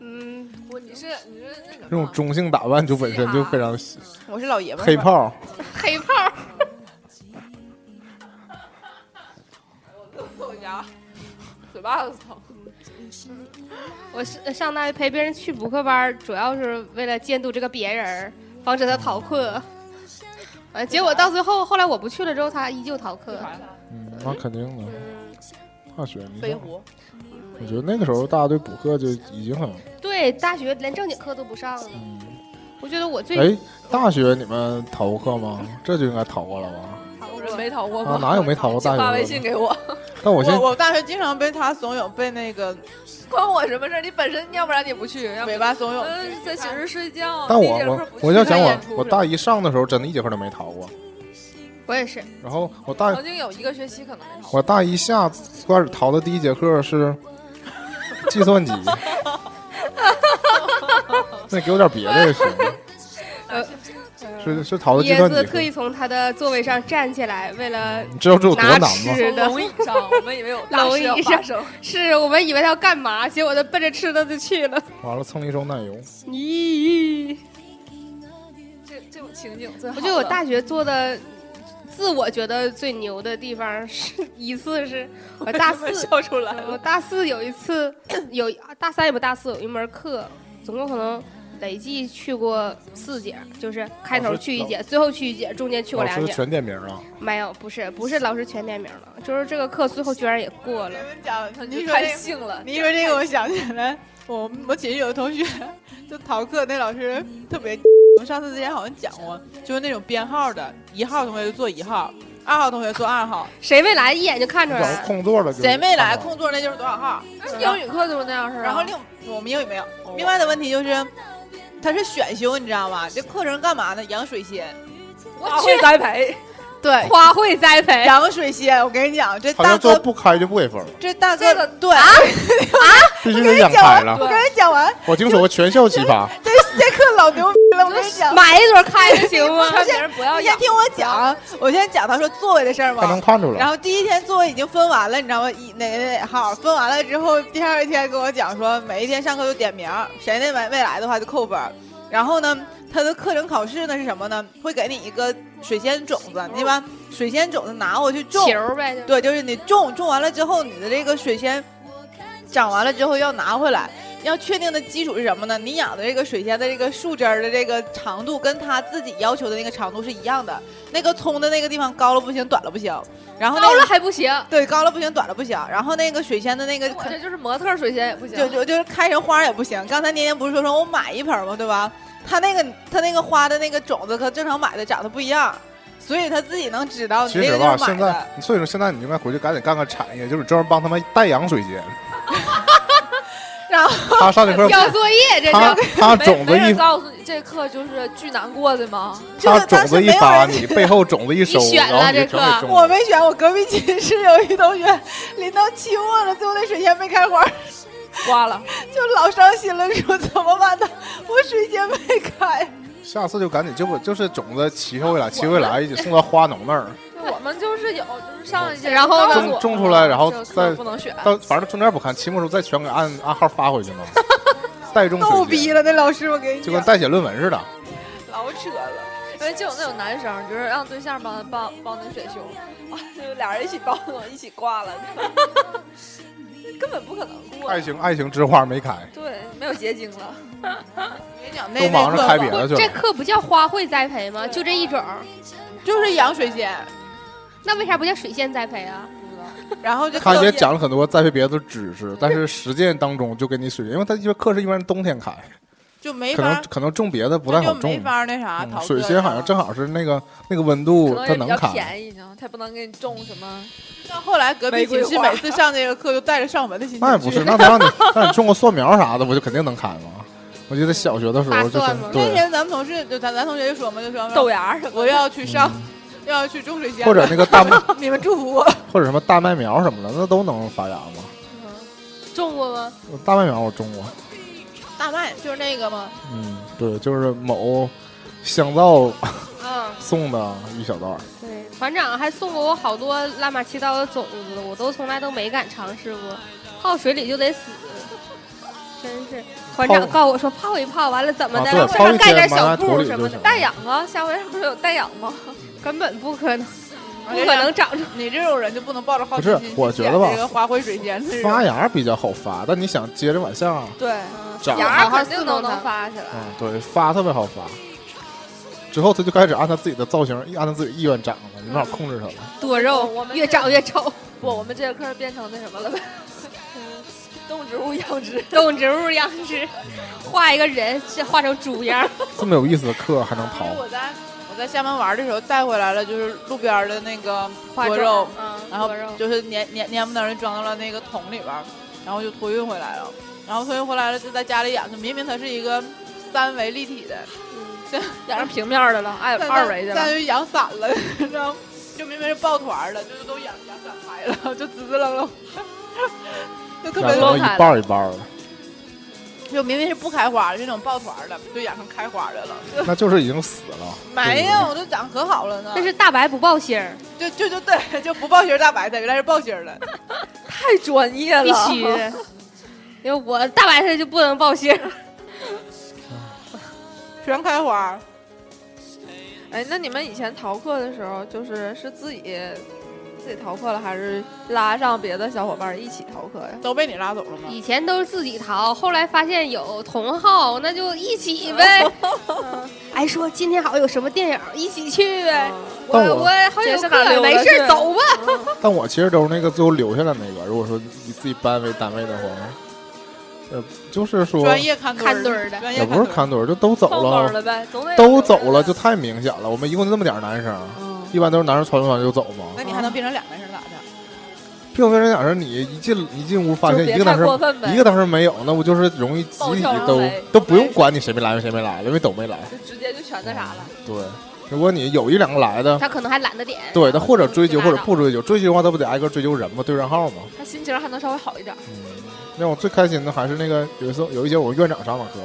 Speaker 3: 嗯，
Speaker 5: 不，你是你是那什
Speaker 1: 这种中性打扮就本身就非常
Speaker 6: 我是老爷们儿
Speaker 1: 黑
Speaker 6: 吧
Speaker 1: 炮。
Speaker 3: 黑炮。
Speaker 5: 我牙嘴巴子疼。
Speaker 3: 我是上大学陪别人去补课班儿，主要是为了监督这个别人儿，防止他逃课。呃，结果到最后，后来我不去了之后，他依旧逃课。
Speaker 1: 嗯，那肯定的，
Speaker 3: 嗯，
Speaker 1: 大学你
Speaker 6: 飞
Speaker 1: 想，
Speaker 6: 狐，
Speaker 1: 我觉得那个时候大家对补课就已经很
Speaker 3: 对，大学连正经课都不上了。我觉得我最
Speaker 1: 哎，大学你们逃过课吗？这就应该逃过了吧？
Speaker 3: 逃
Speaker 5: 我
Speaker 3: 过，
Speaker 5: 没逃过
Speaker 1: 啊，哪有没逃过大啊
Speaker 5: 请
Speaker 1: 学
Speaker 5: 发
Speaker 1: 的？
Speaker 5: 微信给我，
Speaker 1: 但我
Speaker 6: 我
Speaker 1: 先
Speaker 6: 我大学经常被他怂恿，被那个
Speaker 5: 关我什么事儿？你本身要不然你不去，要不
Speaker 6: 尾巴怂恿。
Speaker 5: 嗯在寝室睡觉。啊
Speaker 1: 但
Speaker 5: 第一
Speaker 1: 我
Speaker 5: 节课
Speaker 1: 我
Speaker 5: 不去
Speaker 1: 我就
Speaker 5: 看
Speaker 1: 想我
Speaker 5: 演出
Speaker 1: 我
Speaker 5: 是
Speaker 1: 大
Speaker 5: 吧
Speaker 1: 一上的时候真的一节课都没逃过，
Speaker 3: 我也是。
Speaker 1: 然后我大
Speaker 5: 曾经有一个学期可能没逃过。
Speaker 1: 我大一下开始逃的第一节课是计算机，那给我点别的也行。是是逃的计
Speaker 3: 椰
Speaker 1: 算
Speaker 3: 子
Speaker 1: 机
Speaker 3: 特意
Speaker 1: 课，
Speaker 3: 从他的座位上站起来，为了
Speaker 1: 你知道这有多
Speaker 3: 拿
Speaker 1: 难吗？
Speaker 3: 吃的
Speaker 5: 从。楼以上，我们以为有大
Speaker 3: 楼
Speaker 5: 事要
Speaker 3: 以
Speaker 5: 发
Speaker 3: 上
Speaker 5: 生。
Speaker 3: 是我们以为他要干嘛，结果他奔着吃的就去了。
Speaker 1: 完了蹭了一手奶油，
Speaker 3: 咦，
Speaker 5: 这这种情景最好
Speaker 3: 我
Speaker 5: 了。
Speaker 3: 觉得我大学做的。自我觉得最牛的地方是一次是我大四
Speaker 5: 笑出来
Speaker 3: 我
Speaker 5: 了。
Speaker 3: 大四有一次，有大三也不大四有一门课，总共可能累计去过四节，就是开
Speaker 1: 老
Speaker 3: 头
Speaker 1: 师
Speaker 3: 去一
Speaker 1: 老
Speaker 3: 节，最后去一节，中间去过
Speaker 1: 老
Speaker 3: 两
Speaker 1: 师
Speaker 3: 节。
Speaker 1: 全点名啊！
Speaker 3: 没有，不是不是老师全点名了，就是这个课最后居然也过了
Speaker 6: 我。跟你讲，你
Speaker 5: 你
Speaker 6: 说
Speaker 5: 太
Speaker 6: 这个
Speaker 5: 性了，
Speaker 6: 你说这个，我想起来，我我寝室有个同学就逃课，那老师特别。我上次之前好像讲过，就是那种编号的，一号同学就坐一号，二号同学坐二号，
Speaker 3: 谁没来一眼就看出
Speaker 1: 你
Speaker 3: 来
Speaker 6: 啊
Speaker 1: 找个
Speaker 3: 了。
Speaker 1: 空座了就
Speaker 6: 谁没来
Speaker 1: 看吧
Speaker 6: 空座那就是多少号。
Speaker 5: 英语课就是那样式儿啊。
Speaker 6: 然后另我们英语没有。
Speaker 1: 哦
Speaker 6: 另外的问题就是，他是选修，你知道吗？这课程干嘛呢？养水仙，
Speaker 5: 花卉栽培，
Speaker 6: 对，
Speaker 3: 花卉栽
Speaker 5: 哎
Speaker 3: 培，
Speaker 6: 养水仙。我跟你讲，这
Speaker 1: 好
Speaker 6: 大
Speaker 1: 像
Speaker 6: 哥
Speaker 1: 做不开就不给分 了，
Speaker 6: 这大哥
Speaker 5: 这个啊
Speaker 1: 必
Speaker 6: 对，
Speaker 1: 须得养开了。
Speaker 6: 我跟你讲完，
Speaker 1: 我听说过全校奇葩，
Speaker 6: 这这课老牛逼了。我跟你讲，
Speaker 3: 买一朵开就行 吗？
Speaker 5: 劝别人不要
Speaker 6: 你先
Speaker 5: 养。
Speaker 6: 听我讲，我先讲他说座位的事儿
Speaker 1: 他能
Speaker 6: 嘛。
Speaker 1: 看出
Speaker 6: 然
Speaker 1: 来。
Speaker 6: 后第一天座位已经分完了，你知道吗？一哪哪哪号分完了之后，第二天跟我讲说，每一天上课都点名儿，谁那没没来的话就扣分儿。然后呢，他的课程考试呢是什么呢？会给你一个水仙种子，你把水仙种子拿过去种，
Speaker 3: 球呗，就
Speaker 6: 对，就是你种种完了之后，你的这个水仙长完了之后要拿回来。要确定的基础是什么呢？你养的这个水仙的这个树枝儿的这个长度，跟它自己要求的那个长度是一样的。那个葱的那个地方高了不行，短了不行。然后那
Speaker 3: 高
Speaker 6: 个
Speaker 3: 了还不 行，
Speaker 6: 对高了不行，短了不行。然后那个水仙的那个
Speaker 5: 我这就是模特儿水仙也不行。
Speaker 6: 就就就是开成花儿也不行。刚才年年不是说说我买一盆儿吗？对吧？它那个它那个花的那个种子和正常买的长得不一样，所以它自己能知道你
Speaker 1: 其
Speaker 6: 这
Speaker 1: 实
Speaker 6: 个
Speaker 1: 吧，
Speaker 6: 就是买
Speaker 1: 现在
Speaker 6: 的。
Speaker 1: 你所以说现在你应该回去赶紧干个产业，就是专门帮他们代养水仙。
Speaker 6: 然后
Speaker 1: 他上这课，
Speaker 3: 交作业这
Speaker 1: 他
Speaker 3: 是。
Speaker 1: 他
Speaker 5: 没
Speaker 1: 种子
Speaker 5: 没人
Speaker 1: 一
Speaker 5: 告诉你这课就是巨难过的吗？
Speaker 1: 他种子一发，你背后种子一收
Speaker 3: 你，选了
Speaker 1: 然后你
Speaker 3: 这
Speaker 1: 就全给
Speaker 3: 课
Speaker 1: 种
Speaker 6: 我
Speaker 1: 了。
Speaker 6: 没选，我隔壁寝室有一同学临到期末了，最后那水仙没开花，
Speaker 5: 挂了，
Speaker 6: 就老伤心了，说怎么办呢？我水仙没开，
Speaker 1: 下次就赶紧就不就是种子骑回来，骑回来一起送到花农那儿，
Speaker 5: 我们就是有，就是上一届
Speaker 3: 然后呢
Speaker 5: 告诉我
Speaker 1: 种种出来然后
Speaker 5: 就根本
Speaker 1: 再
Speaker 5: 不能选。
Speaker 1: 到反正中间不看，期末时候再全给按按号发回 去嘛，代种
Speaker 6: 逗
Speaker 1: 水
Speaker 6: 逼
Speaker 1: 间，
Speaker 6: 了，那老师我跟你
Speaker 1: 就跟
Speaker 6: 讲，
Speaker 1: 代写论文似的。
Speaker 6: 老扯了。
Speaker 5: 因为就有那种男生，就是让对象帮帮帮那个选修，啊，就俩人一起帮我一起挂了，根本不可能过。
Speaker 1: 爱情爱情之花没开，
Speaker 5: 对，没有结晶了。
Speaker 6: 我跟你讲，那
Speaker 1: 都忙
Speaker 6: 那
Speaker 1: 着开别
Speaker 6: 课
Speaker 1: 的去
Speaker 3: 这
Speaker 1: 了。
Speaker 3: 课不叫花卉栽培吗？就这一种儿，
Speaker 6: 就是养水仙，
Speaker 3: 那为啥不叫水仙栽培啊？
Speaker 6: 然后就
Speaker 1: 看
Speaker 6: 特
Speaker 1: 也
Speaker 6: 别
Speaker 1: 讲了很多栽培别的知识，但是实践当中就给你水，因为它因为课是一般冬天开，
Speaker 6: 就没
Speaker 1: 可
Speaker 6: 法
Speaker 1: 能，可能种别的不
Speaker 6: 那
Speaker 1: 太
Speaker 6: 就
Speaker 1: 好
Speaker 6: 没
Speaker 1: 种。
Speaker 6: 法那啥。
Speaker 1: 嗯
Speaker 6: 逃
Speaker 1: 水
Speaker 6: 课
Speaker 1: 仙好像
Speaker 6: 了
Speaker 1: 正好是那个那个温度，
Speaker 5: 可
Speaker 1: 它
Speaker 5: 能也
Speaker 1: 能
Speaker 5: 比较
Speaker 1: 开。
Speaker 5: 便宜呢，他不能给你种什么。
Speaker 6: 到后来隔壁
Speaker 5: 玫瑰
Speaker 6: 寝室
Speaker 5: 花
Speaker 6: 每次上这个课就带着上坟的心情
Speaker 1: 那也不
Speaker 6: 去
Speaker 1: 是，那得让你让你种个蒜苗啥的，不就肯定能开吗？我记得小学的时
Speaker 3: 大
Speaker 1: 候就
Speaker 3: 蒜
Speaker 1: 是
Speaker 3: 吗
Speaker 6: 那
Speaker 1: 对，
Speaker 6: 天咱们同事就咱咱同学就说嘛，就说
Speaker 5: 豆芽儿什么
Speaker 6: 我要去上，要去种水仙，
Speaker 1: 或者那个大麦
Speaker 6: 你们祝福我。
Speaker 1: 或者什么大麦苗什么的，那都能发芽吗？
Speaker 3: 种过吗？
Speaker 1: 我大麦苗我种过，
Speaker 6: 大麦就是那个嘛，
Speaker 1: 嗯，对，就是某香皂
Speaker 3: 嗯，
Speaker 1: 送的一小袋儿，
Speaker 3: 对，团长还送过我好多乱码七糟的种子，我都从来都没敢尝试过，泡水里就得死。真是，团
Speaker 1: 泡
Speaker 3: 长告我说泡一泡，完了怎么
Speaker 1: 啊
Speaker 3: 的，
Speaker 1: 对
Speaker 3: 让
Speaker 1: 泡
Speaker 3: 身
Speaker 1: 一
Speaker 3: 上盖
Speaker 1: 天
Speaker 3: 点
Speaker 1: 完了
Speaker 3: 小
Speaker 1: 土
Speaker 3: 布
Speaker 1: 里
Speaker 3: 什
Speaker 1: 就
Speaker 3: 么
Speaker 1: 行
Speaker 3: 的，
Speaker 5: 代养啊，下回不是有代养吗？
Speaker 3: 根本不可 能，不可能长出。
Speaker 6: 你这种人就不能抱着好奇
Speaker 1: 不是
Speaker 6: 心去
Speaker 1: 我觉
Speaker 6: 捡
Speaker 1: 得吧
Speaker 6: 这个花卉水仙的这种
Speaker 1: 发芽比较好发，但你想接着往下，
Speaker 5: 对，
Speaker 1: 长
Speaker 5: 嗯芽
Speaker 3: 好
Speaker 5: 儿
Speaker 3: 好
Speaker 5: 肯
Speaker 3: 伺
Speaker 5: 定
Speaker 3: 候
Speaker 5: 都
Speaker 3: 它
Speaker 5: 能。发起来。
Speaker 1: 嗯，对，发特别好发。之后它就开始按它自己的造型，按它自己意愿长了，你没法控制它了。
Speaker 3: 多
Speaker 5: 我
Speaker 3: 肉
Speaker 5: 们
Speaker 3: 越
Speaker 5: 这
Speaker 3: 长越 丑，
Speaker 5: 不，我们这节课变成那什么了呗？ 嗯动植物养殖。
Speaker 3: 动植物养殖，画一个人是画成猪 样，
Speaker 1: 这么有意思的课还能逃
Speaker 6: 就是？我在我在厦门玩的时候带回来了，就是路边的那个
Speaker 3: 画
Speaker 6: 多
Speaker 3: 种
Speaker 6: 肉，，
Speaker 3: 嗯，
Speaker 6: 然后
Speaker 3: 多肉
Speaker 6: 就是黏黏黏不能的装到了那个桶里边儿，然后就托运回来了，然后托运回来了就在家里养，就明明它是一个三维立体的，
Speaker 5: 养成平面儿的了，哎二
Speaker 6: 但
Speaker 5: 二维的
Speaker 6: 但
Speaker 5: 了。
Speaker 6: 就养散 了，你知道吗？就明明是抱团儿的，就是都养养散开了， 就滋滋楞楞，就特
Speaker 1: 那
Speaker 6: 别
Speaker 1: 怎
Speaker 6: 多
Speaker 1: 么。一半儿一半儿的？
Speaker 6: 就明明是不开花的那种抱团儿的，就养成开花的了。
Speaker 1: 那就是已经死了。对不
Speaker 6: 没
Speaker 1: 对
Speaker 6: 有，都长可好了呢。
Speaker 3: 这是大白不爆心儿，
Speaker 6: 就就就对，就不报心儿大白菜，原来是报心儿了。
Speaker 5: 太专业了，
Speaker 3: 必须的。 因为我大白菜就不能爆心 儿，
Speaker 6: 全开花，
Speaker 5: 哎，那你们以前逃课的时候，就是是自己自己逃课了，还是拉上别的小伙伴儿一起逃课呀？
Speaker 6: 都被你拉走了吗？
Speaker 3: 以前都是自己逃，后来发现有同好，那就一起呗。 哎，说今天好像有什么电影，一起去呗。
Speaker 5: 嗯
Speaker 3: 我
Speaker 1: 但我
Speaker 3: 我好像有
Speaker 5: 这是哪
Speaker 3: 课，
Speaker 5: 溜达
Speaker 3: 没
Speaker 5: 去
Speaker 3: 事走吧。
Speaker 1: 但我其实都是那个最后留下来那个。如果说以自己班为单位的话，呃，就是说
Speaker 6: 专业看
Speaker 3: 看
Speaker 6: 堆
Speaker 3: 堆
Speaker 6: 儿
Speaker 3: 儿
Speaker 6: 的，
Speaker 3: 的
Speaker 6: 专业
Speaker 1: 也
Speaker 6: 看
Speaker 1: 不是
Speaker 6: 堆儿
Speaker 1: 看堆儿，就都走
Speaker 5: 放包
Speaker 1: 了，
Speaker 5: 了呗，总得
Speaker 1: 都走了就太明显了。我们一共就那么点儿男生，
Speaker 5: 嗯
Speaker 1: 一般都是男生传传就走嘛。
Speaker 6: 那你还能变成两个人咋的？
Speaker 1: 并非是讲是你一进一进屋发
Speaker 5: 就
Speaker 1: 现
Speaker 5: 别
Speaker 1: 一个男
Speaker 5: 太过
Speaker 1: 生
Speaker 5: 分呗
Speaker 1: 一个男生没有，那不就是容易集
Speaker 5: 暴
Speaker 1: 体
Speaker 5: 跳如
Speaker 1: 都
Speaker 5: 雷
Speaker 1: 都不用管你谁没来谁没来，因为都没来。
Speaker 5: 就直接就全那啥了。
Speaker 1: 对，如果你有一两个来的，
Speaker 3: 他可能还懒得点。
Speaker 1: 对他或者追究
Speaker 3: 就
Speaker 1: 或
Speaker 3: 拉倒
Speaker 1: 者不追究，追究的话他不得挨个追究人吗？对上号吗？
Speaker 5: 他心情还能稍微好一点儿。
Speaker 1: 那我最开心的还是那个有一次有一节我们院长上的课，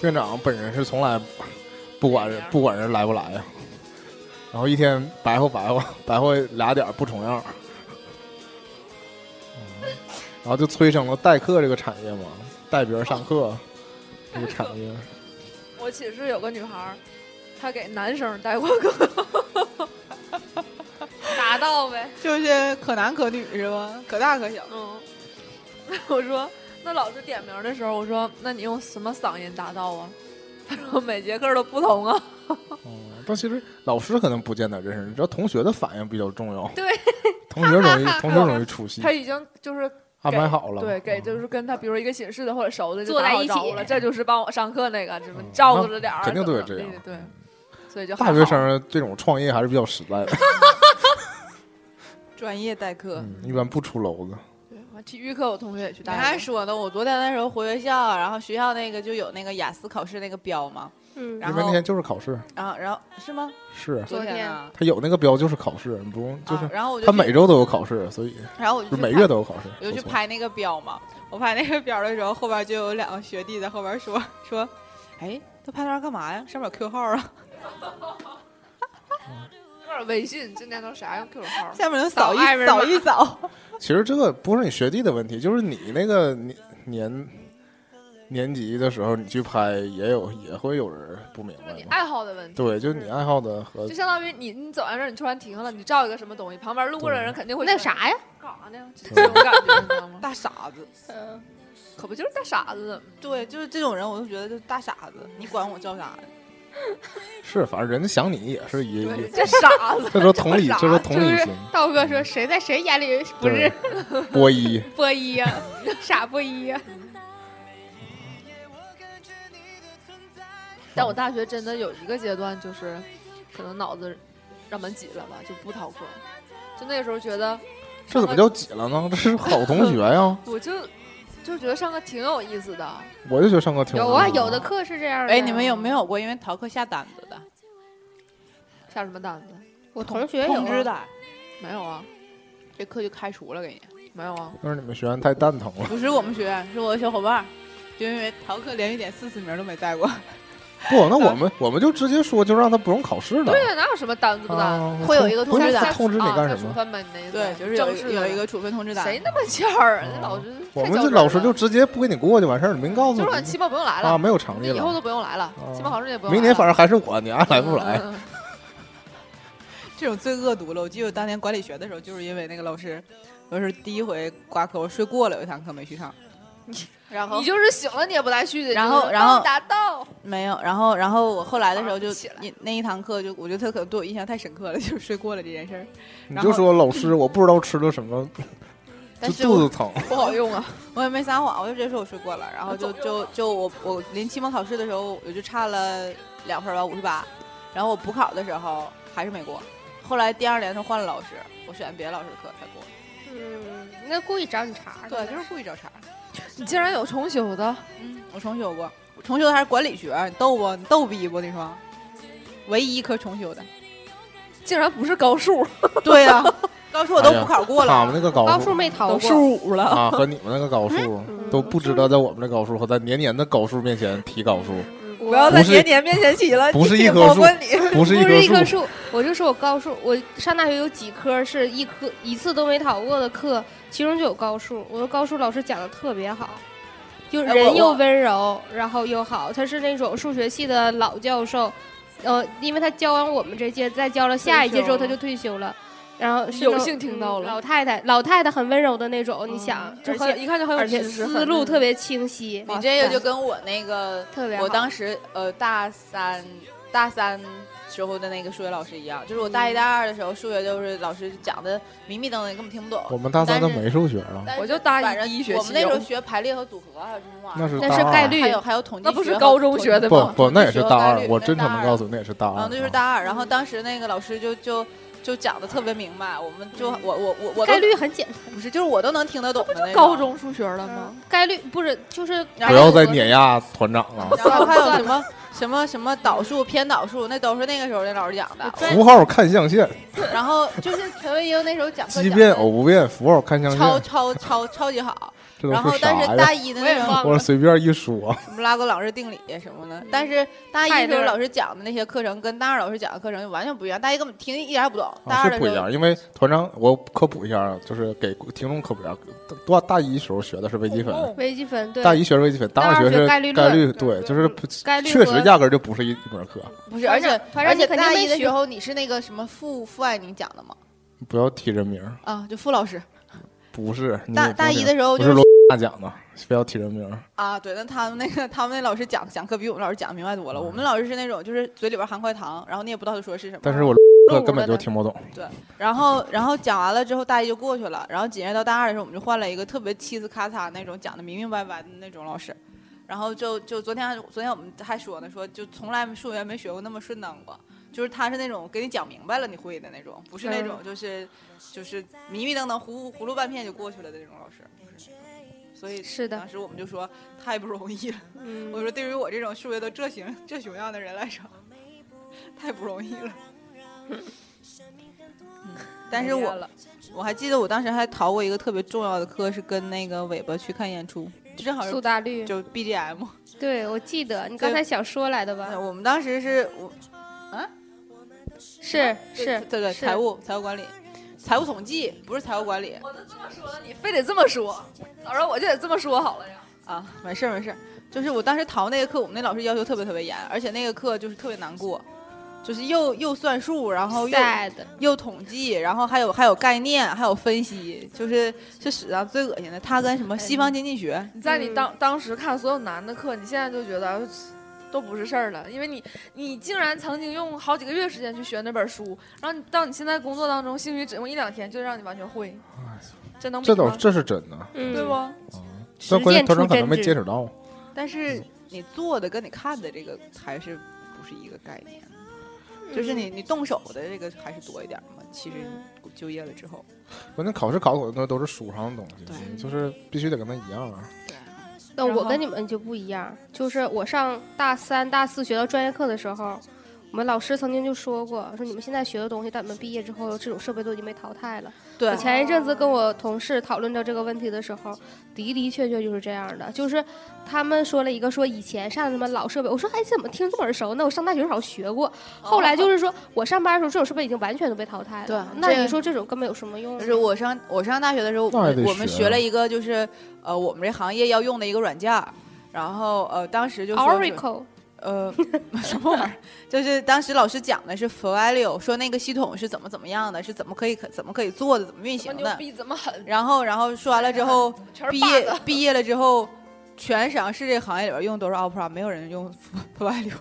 Speaker 1: 院长本人是从来不管人不管人来不来呀，然后一天白活白活白活俩点儿不重样儿，嗯然后就催生了代课这个产业嘛，带别人上课这个产业，
Speaker 5: 我寝室有个女孩儿，她给男生代过课，
Speaker 3: 达到呗。
Speaker 6: 就是可男可女是吧？可大可小。
Speaker 5: 嗯， 我说那老师点名的时候，我说那你用什么嗓音达到啊？ 他说每节课都不同啊。
Speaker 1: 嗯，但其实老师可能不见得认识，你知道同学的反应比较重要，
Speaker 3: 对，
Speaker 1: 同学 容易同学容易出戏
Speaker 5: 他，已经就是
Speaker 1: 安排好了，
Speaker 5: 对给
Speaker 1: 嗯
Speaker 5: 就是跟他比如一个寝室的或者熟的就
Speaker 3: 坐
Speaker 5: 打
Speaker 3: 在
Speaker 5: 好
Speaker 3: 一
Speaker 5: 招呼
Speaker 3: 起
Speaker 5: 了，这就是帮我上课那个什么
Speaker 1: 嗯
Speaker 5: 照顾着点儿，
Speaker 1: 肯定
Speaker 5: 怎
Speaker 1: 都
Speaker 5: 么
Speaker 1: 得这
Speaker 5: 地
Speaker 1: 样嗯
Speaker 5: 的，对，所以就
Speaker 1: 大
Speaker 5: 还
Speaker 1: 学
Speaker 5: 好
Speaker 1: 生这种创业还是比较实在的。
Speaker 6: 专业代课，
Speaker 1: 嗯，一般不出篓子。
Speaker 5: 对我体育课我同学也去
Speaker 6: 你
Speaker 5: 带
Speaker 6: 还
Speaker 5: 过，
Speaker 6: 说呢，我昨天的时候回学校，然后学校那个就有那个雅思考试那个标嘛，
Speaker 3: 嗯，
Speaker 6: 然
Speaker 1: 因
Speaker 6: 后
Speaker 1: 为那天就是考试，
Speaker 6: 然后然后是吗？
Speaker 1: 是
Speaker 3: 昨天
Speaker 6: 啊，
Speaker 1: 他有那个标就是考试，你不用就是
Speaker 6: 啊然后我就
Speaker 1: 他
Speaker 6: 去
Speaker 1: 每周都有考试，所以
Speaker 6: 然后我就
Speaker 1: 不
Speaker 6: 去
Speaker 1: 是每
Speaker 6: 拍
Speaker 1: 月都有考试。
Speaker 6: 我就去
Speaker 1: 不错，
Speaker 6: 拍那个表嘛。我拍那个表的时候，后边就有两个学弟在后边说说，哎，他拍那玩意儿干嘛呀？上面有 Q 号啊，
Speaker 5: 微信今年都啥用 QQ 号？
Speaker 6: 下面能
Speaker 5: 扫
Speaker 6: 扫一
Speaker 5: 二维码
Speaker 6: 扫一扫。
Speaker 1: 其实这个不是你学弟的问题，就是你那个年年年级的时候，你去拍也有也会有人不明白
Speaker 5: 你
Speaker 1: 嘛。
Speaker 5: 爱好的问题，
Speaker 1: 对，就是你爱好的和
Speaker 5: 就相当于你你走在这儿，你突然停下了，你照一个什么东西，旁边路过的人肯定会
Speaker 3: 那啥呀？
Speaker 5: 干啥呢？就这种感觉，你知道吗？
Speaker 6: 大傻子，
Speaker 3: 嗯，
Speaker 5: 可不就是大傻子吗？
Speaker 6: 对，就是这种人，我就觉得就是大傻子。你管我叫啥呀？
Speaker 1: 是，反正人家想你也是一，一
Speaker 5: 对，这傻子，
Speaker 1: 这都同理，
Speaker 5: 这
Speaker 1: 这都同
Speaker 3: 就
Speaker 1: 理
Speaker 3: 是
Speaker 1: 心。
Speaker 3: 道哥说谁在谁眼里不是
Speaker 1: 对波一，
Speaker 3: 波一呀、 傻波一呀、
Speaker 5: 但我大学真的有一个阶段，就是可能脑子让门挤了吧，就不逃课。就那个时候觉得，
Speaker 1: 这怎么叫挤了呢？这是好同学呀，
Speaker 5: 我就就觉得上课挺有意思的。
Speaker 1: 我就觉得上课挺
Speaker 3: 有
Speaker 1: 无
Speaker 3: 啊，
Speaker 1: 聊
Speaker 3: 有的课是这样的。
Speaker 6: 哎，你们有没有过因为逃课下单子的？
Speaker 5: 下什么单子？
Speaker 3: 我同学有、
Speaker 6: 通知
Speaker 3: 啊，
Speaker 6: 的，
Speaker 5: 没有啊，
Speaker 6: 这课就开除了，给你。
Speaker 5: 没有啊。
Speaker 1: 就是你们学员太蛋疼了。
Speaker 6: 不是我们学院，是我的小伙伴儿，就因为逃课连一点四次名都没带过，
Speaker 1: 不，那我们我们就直接说，就让他不用考试了。
Speaker 5: 对呀，哪有什么单子不单？
Speaker 1: 啊
Speaker 2: 会有一个
Speaker 1: 不用
Speaker 2: 啊通知的
Speaker 1: 再通知你
Speaker 5: 啊
Speaker 1: 干什么？
Speaker 5: 分呗，你的意思？
Speaker 6: 对，就是有
Speaker 5: 正
Speaker 6: 一
Speaker 5: 式
Speaker 6: 个
Speaker 5: 的
Speaker 6: 有一个处分通知单。
Speaker 5: 谁那么欠儿啊？
Speaker 1: 哦
Speaker 5: 那老师
Speaker 1: 我
Speaker 5: 太
Speaker 1: 们
Speaker 5: 较
Speaker 1: 这
Speaker 5: 真儿
Speaker 1: 老师
Speaker 5: 了
Speaker 1: 就直接不给你过就完事儿，你没告诉
Speaker 5: 就
Speaker 1: 我
Speaker 5: 说你期末不用来
Speaker 1: 哦啊，
Speaker 5: 了，
Speaker 1: 没有成
Speaker 5: 你
Speaker 1: 绩
Speaker 5: 以后
Speaker 1: 了。哦
Speaker 5: 都不用来了，期末考试也不啊用来了。
Speaker 1: 明年反正还是我，你爱来不来？
Speaker 5: 嗯？嗯嗯
Speaker 6: 这种最恶毒了。我记得我当年管理学的时候，就是因为那个老师，我是第一回挂科，我睡过了，有一堂课没去上。然
Speaker 5: 你就是醒了你也不带去的。
Speaker 6: 然后
Speaker 5: 你就
Speaker 6: 然后
Speaker 5: 达到
Speaker 6: 没有，然后然后我后来的时候就
Speaker 5: 啊起来
Speaker 6: 那那一堂课就我觉得他可能对我印象太深刻了，就是睡过了这件事儿，
Speaker 1: 你就说老师，我不知道吃了什么，就
Speaker 6: 但是
Speaker 1: 肚子疼。
Speaker 5: 不好用啊。
Speaker 6: 我也没撒谎，我就直接说我睡过了。然后就就就我我临期末考试的时候，我就差了两分儿吧，五十八。然后我补考的时候还是没过，后来第二年的时候换了老师，我选别的老师的课才过。
Speaker 3: 嗯，那故意找你茬儿的。
Speaker 6: 对，就是故意找茬儿。
Speaker 5: 你竟然有重修的，
Speaker 6: 嗯，我重修过，我重修的还是管理学，你逗不？你逗逼不？你说，唯一一科重修 的。
Speaker 5: 竟然不是高数，啊
Speaker 6: 对呀、高数我都
Speaker 1: 哎呀
Speaker 6: 补考过
Speaker 1: 他们
Speaker 6: 了，
Speaker 1: 那个高
Speaker 3: 高数没逃
Speaker 6: 都
Speaker 3: 过，
Speaker 6: 数五了。
Speaker 1: 啊，和你们那个高数
Speaker 3: 嗯
Speaker 1: 都不值得在我们的高数和在年年的高数面前提高数，
Speaker 3: 嗯我
Speaker 5: 不要在
Speaker 1: 不是
Speaker 5: 年年面前提了，
Speaker 1: 不是
Speaker 5: 你
Speaker 1: 一棵
Speaker 5: 包
Speaker 1: 树
Speaker 5: 括你
Speaker 1: 不是
Speaker 3: 不是
Speaker 1: 一
Speaker 3: 一棵
Speaker 1: 棵。
Speaker 3: 树，我就说我高数，我上大学有几科是一科一次都没逃过的课，其中就有高数。我说高数老师讲的特别好，就
Speaker 6: 哎
Speaker 3: 人
Speaker 6: 我
Speaker 3: 又
Speaker 6: 我
Speaker 3: 温柔，然后又好。他是那种数学系的老教授，呃，因为他教完我们这届，再教了下一届之后
Speaker 5: 退休了
Speaker 3: 他就退休了。然后是
Speaker 5: 有
Speaker 3: 那种
Speaker 5: 幸听到
Speaker 3: 嗯
Speaker 5: 了嗯
Speaker 3: 老太太，老太太很温柔的那种，哦你想，
Speaker 5: 而
Speaker 3: 就
Speaker 5: 且
Speaker 3: 很
Speaker 5: 一看就很有
Speaker 3: 而且
Speaker 5: 知识
Speaker 3: 思路特别清晰，
Speaker 6: 你这个就跟我那个
Speaker 3: 特别好。
Speaker 6: 我当时呃大三大三时候的那个数学老师一样，就是我大一大二的时候数学就是老师讲的迷迷瞪瞪，根本听不
Speaker 1: 我
Speaker 6: 懂。
Speaker 1: 们大三都没数学啊了，
Speaker 6: 但是
Speaker 5: 我就大一
Speaker 6: 反正
Speaker 5: 第一学
Speaker 6: 我
Speaker 5: 期
Speaker 6: 们那时候
Speaker 5: 有
Speaker 6: 学啊排列和组合还有什么玩意
Speaker 1: 那
Speaker 6: 儿，
Speaker 1: 是
Speaker 3: 那
Speaker 1: 大
Speaker 3: 是概
Speaker 1: 二
Speaker 3: 率
Speaker 6: 还有还有统计学
Speaker 5: 那
Speaker 6: 和，
Speaker 5: 不是高中学的
Speaker 1: 不
Speaker 5: 吗？
Speaker 1: 不，那也是
Speaker 6: 学
Speaker 1: 大
Speaker 6: 概
Speaker 1: 二
Speaker 6: 率，
Speaker 1: 我
Speaker 6: 那
Speaker 1: 真
Speaker 6: 大
Speaker 1: 诚能
Speaker 6: 二
Speaker 1: 告诉你，那也是大二。啊
Speaker 6: 嗯，那就是大二。然后当时那个老师就就就讲的特别明白，我们就我我我我都
Speaker 3: 嗯概率很简单，
Speaker 6: 不是，就是我都能听得懂的那种
Speaker 5: 高。中数学了吗？
Speaker 3: 嗯概率不是就是
Speaker 1: 啊不要再碾压团长了，
Speaker 6: 然后还有什么什么什么导数、偏导数，那都是那个时候那老师讲的。
Speaker 1: 符号看象限，
Speaker 6: 然后就是陈文英那时候讲课
Speaker 1: 奇
Speaker 6: 讲
Speaker 1: 变
Speaker 6: 的
Speaker 1: 偶不变，符号看象
Speaker 6: 超
Speaker 1: 限，
Speaker 6: 超超超级好。
Speaker 1: 这
Speaker 6: 然
Speaker 1: 都
Speaker 6: 后
Speaker 1: 是
Speaker 6: 但是
Speaker 1: 啥呀？
Speaker 6: 大一的
Speaker 3: 我也
Speaker 6: 那种
Speaker 3: 忘
Speaker 1: 我
Speaker 3: 了。
Speaker 1: 随便一啊说，
Speaker 6: 什么拉格朗日定理啊什么的，但是大
Speaker 3: 太
Speaker 6: 一的时
Speaker 3: 对
Speaker 6: 候
Speaker 3: 了
Speaker 6: 老师讲的那些课程跟大二老师讲的课程就完全不一样，大一根本听一点也不懂。大
Speaker 1: 啊
Speaker 6: 二
Speaker 1: 是
Speaker 6: 的
Speaker 1: 不一
Speaker 6: 时候
Speaker 1: 样。因为团长，我科普一下啊，就是给听众科普一下，大大一时候学的是微积分，
Speaker 3: 微积分对
Speaker 1: 大一学是微积分，
Speaker 3: 大二
Speaker 1: 学
Speaker 3: 学
Speaker 1: 是
Speaker 3: 概率
Speaker 1: 概
Speaker 3: 论
Speaker 1: 率，
Speaker 3: 对
Speaker 1: 对，就是
Speaker 3: 嗯
Speaker 1: 不
Speaker 3: 概率
Speaker 1: 确
Speaker 3: 和
Speaker 1: 实压根儿就不是一一门课。
Speaker 6: 不是，而且
Speaker 3: 团长
Speaker 6: 而且
Speaker 3: 你肯定
Speaker 6: 大
Speaker 3: 没
Speaker 6: 一的
Speaker 3: 学
Speaker 6: 时候你是那个什么傅傅爱宁讲的吗？
Speaker 1: 不要提人名儿，
Speaker 6: 啊，就傅老师。
Speaker 1: 不是你
Speaker 6: 大
Speaker 1: 嗯也不
Speaker 6: 大
Speaker 1: 是
Speaker 6: 一的时候
Speaker 1: 我
Speaker 6: 就是是
Speaker 1: 罗大奖的，不要提人名儿。
Speaker 6: 啊，对，那他们那个他们那老师讲讲课比我们老师讲的明白多了。我们老师是那种就是嘴里边含块糖，然后你也不知道他说是什么。
Speaker 1: 嗯但是我
Speaker 3: 录
Speaker 1: 课
Speaker 3: 了
Speaker 1: 根本就
Speaker 3: 呢
Speaker 1: 听不懂，
Speaker 6: 然后然后讲完了之后，大一就过去了。然后紧接着到大二的时候，我们就换了一个特别嘁呲咔嚓那种讲的明明白白的那种老师。然后就就昨天还昨天我们还说呢，说就从来数学没学过那么顺当过，就是他是那种给你讲明白了你会的那种，不是那种就是就是迷迷瞪瞪糊糊噜半片就过去了的那种老师。所以
Speaker 3: 是的
Speaker 6: 当时我们就说太不容易了。我
Speaker 3: 嗯，
Speaker 6: 说，对于我这种数学都这形这熊样的人来说，太不容易了。嗯，但是
Speaker 5: 没
Speaker 6: 我
Speaker 5: 了
Speaker 6: 我还记得我当时还逃过一个特别重要的课，是跟那个尾巴去看演出。正好
Speaker 3: 苏
Speaker 6: 是
Speaker 3: 打绿。
Speaker 6: 就 BGM。
Speaker 3: 对，嗯我记得你刚才想说来的吧？
Speaker 6: 呃我们当时是我
Speaker 3: 是
Speaker 6: 对
Speaker 3: 是，
Speaker 6: 对对
Speaker 3: 是
Speaker 6: 财务财务管理，财务统计不是财务管理
Speaker 5: 我都这么说了，你非得这么说，早知道我就得这么说好了呀。
Speaker 6: 啊，没事儿没事儿，就是我当时逃那个课，我们那老师要求特别特别严，而且那个课就是特别难过，就是又又算数，然后又
Speaker 3: sad。
Speaker 6: 又统计，然后还有还有概念，还有分析，就是是史上最恶心的。他跟什么西方经济学，
Speaker 5: 你在你
Speaker 3: 嗯
Speaker 5: 当当时看所有男的课，你现在就觉得都不是事儿了，因为你你竟然曾经用好几个月时间去学那本书，然后你到你现在工作当中，兴许只用一两天就让你完全会，这能比
Speaker 1: 哎这都
Speaker 5: 吗
Speaker 1: 这是真的。
Speaker 3: 嗯，
Speaker 5: 对不？
Speaker 1: 但关键
Speaker 3: 实践
Speaker 1: 头
Speaker 3: 出
Speaker 1: 程可能
Speaker 3: 真
Speaker 1: 没
Speaker 3: 知
Speaker 1: 接触到，啊
Speaker 6: 但是你做的跟你看的这个还是不是一个概念，啊就是你你动手的这个还是多一点嘛。其实你就业了之后，
Speaker 1: 关键考试考的东西都是书上的东西，
Speaker 6: 对
Speaker 1: 就是必须得跟他一样啊。
Speaker 3: 那
Speaker 6: 然
Speaker 3: 我
Speaker 6: 后
Speaker 3: 跟你们就不一样，就是我上大三、大四学到专业课的时候，我们老师曾经就说过，说你们现在学的东西，等你们毕业之后，这种设备都已经被淘汰了。
Speaker 6: 对啊
Speaker 3: 我前一阵子跟我同事讨论到这个问题的时候，的的确确就是这样的，就是他们说了一个说以前上什么老设备，我说哎怎么听这么耳熟呢？我上大学时候好像学过，
Speaker 6: 哦
Speaker 3: 后来就是说我上班的时候这种设备已经完全都被淘汰了。
Speaker 6: 对
Speaker 3: 那
Speaker 6: 这
Speaker 3: 你说这种根本有什么用呢？
Speaker 6: 就是我上我上大学的时候，
Speaker 1: 那还得
Speaker 6: 我们
Speaker 1: 学啊
Speaker 6: 学了一个就是呃我们这行业要用的一个软件儿，然后呃当时就说是
Speaker 3: Oracle，
Speaker 6: 呃， 什么玩意儿？ 就是当时老师讲的是 for value，说那个系统是怎么怎么样的，是怎么可以怎么可以做的，怎么运
Speaker 5: 怎
Speaker 6: 行
Speaker 5: 么牛
Speaker 6: 的。
Speaker 5: 逼，怎么狠，
Speaker 6: 然后，然后说完了之后，
Speaker 5: 全是
Speaker 6: 毕
Speaker 5: 霸
Speaker 6: 业
Speaker 5: 的。
Speaker 6: 毕业了之后，全省市这行业里边用都是 Opera，没有人用 for value，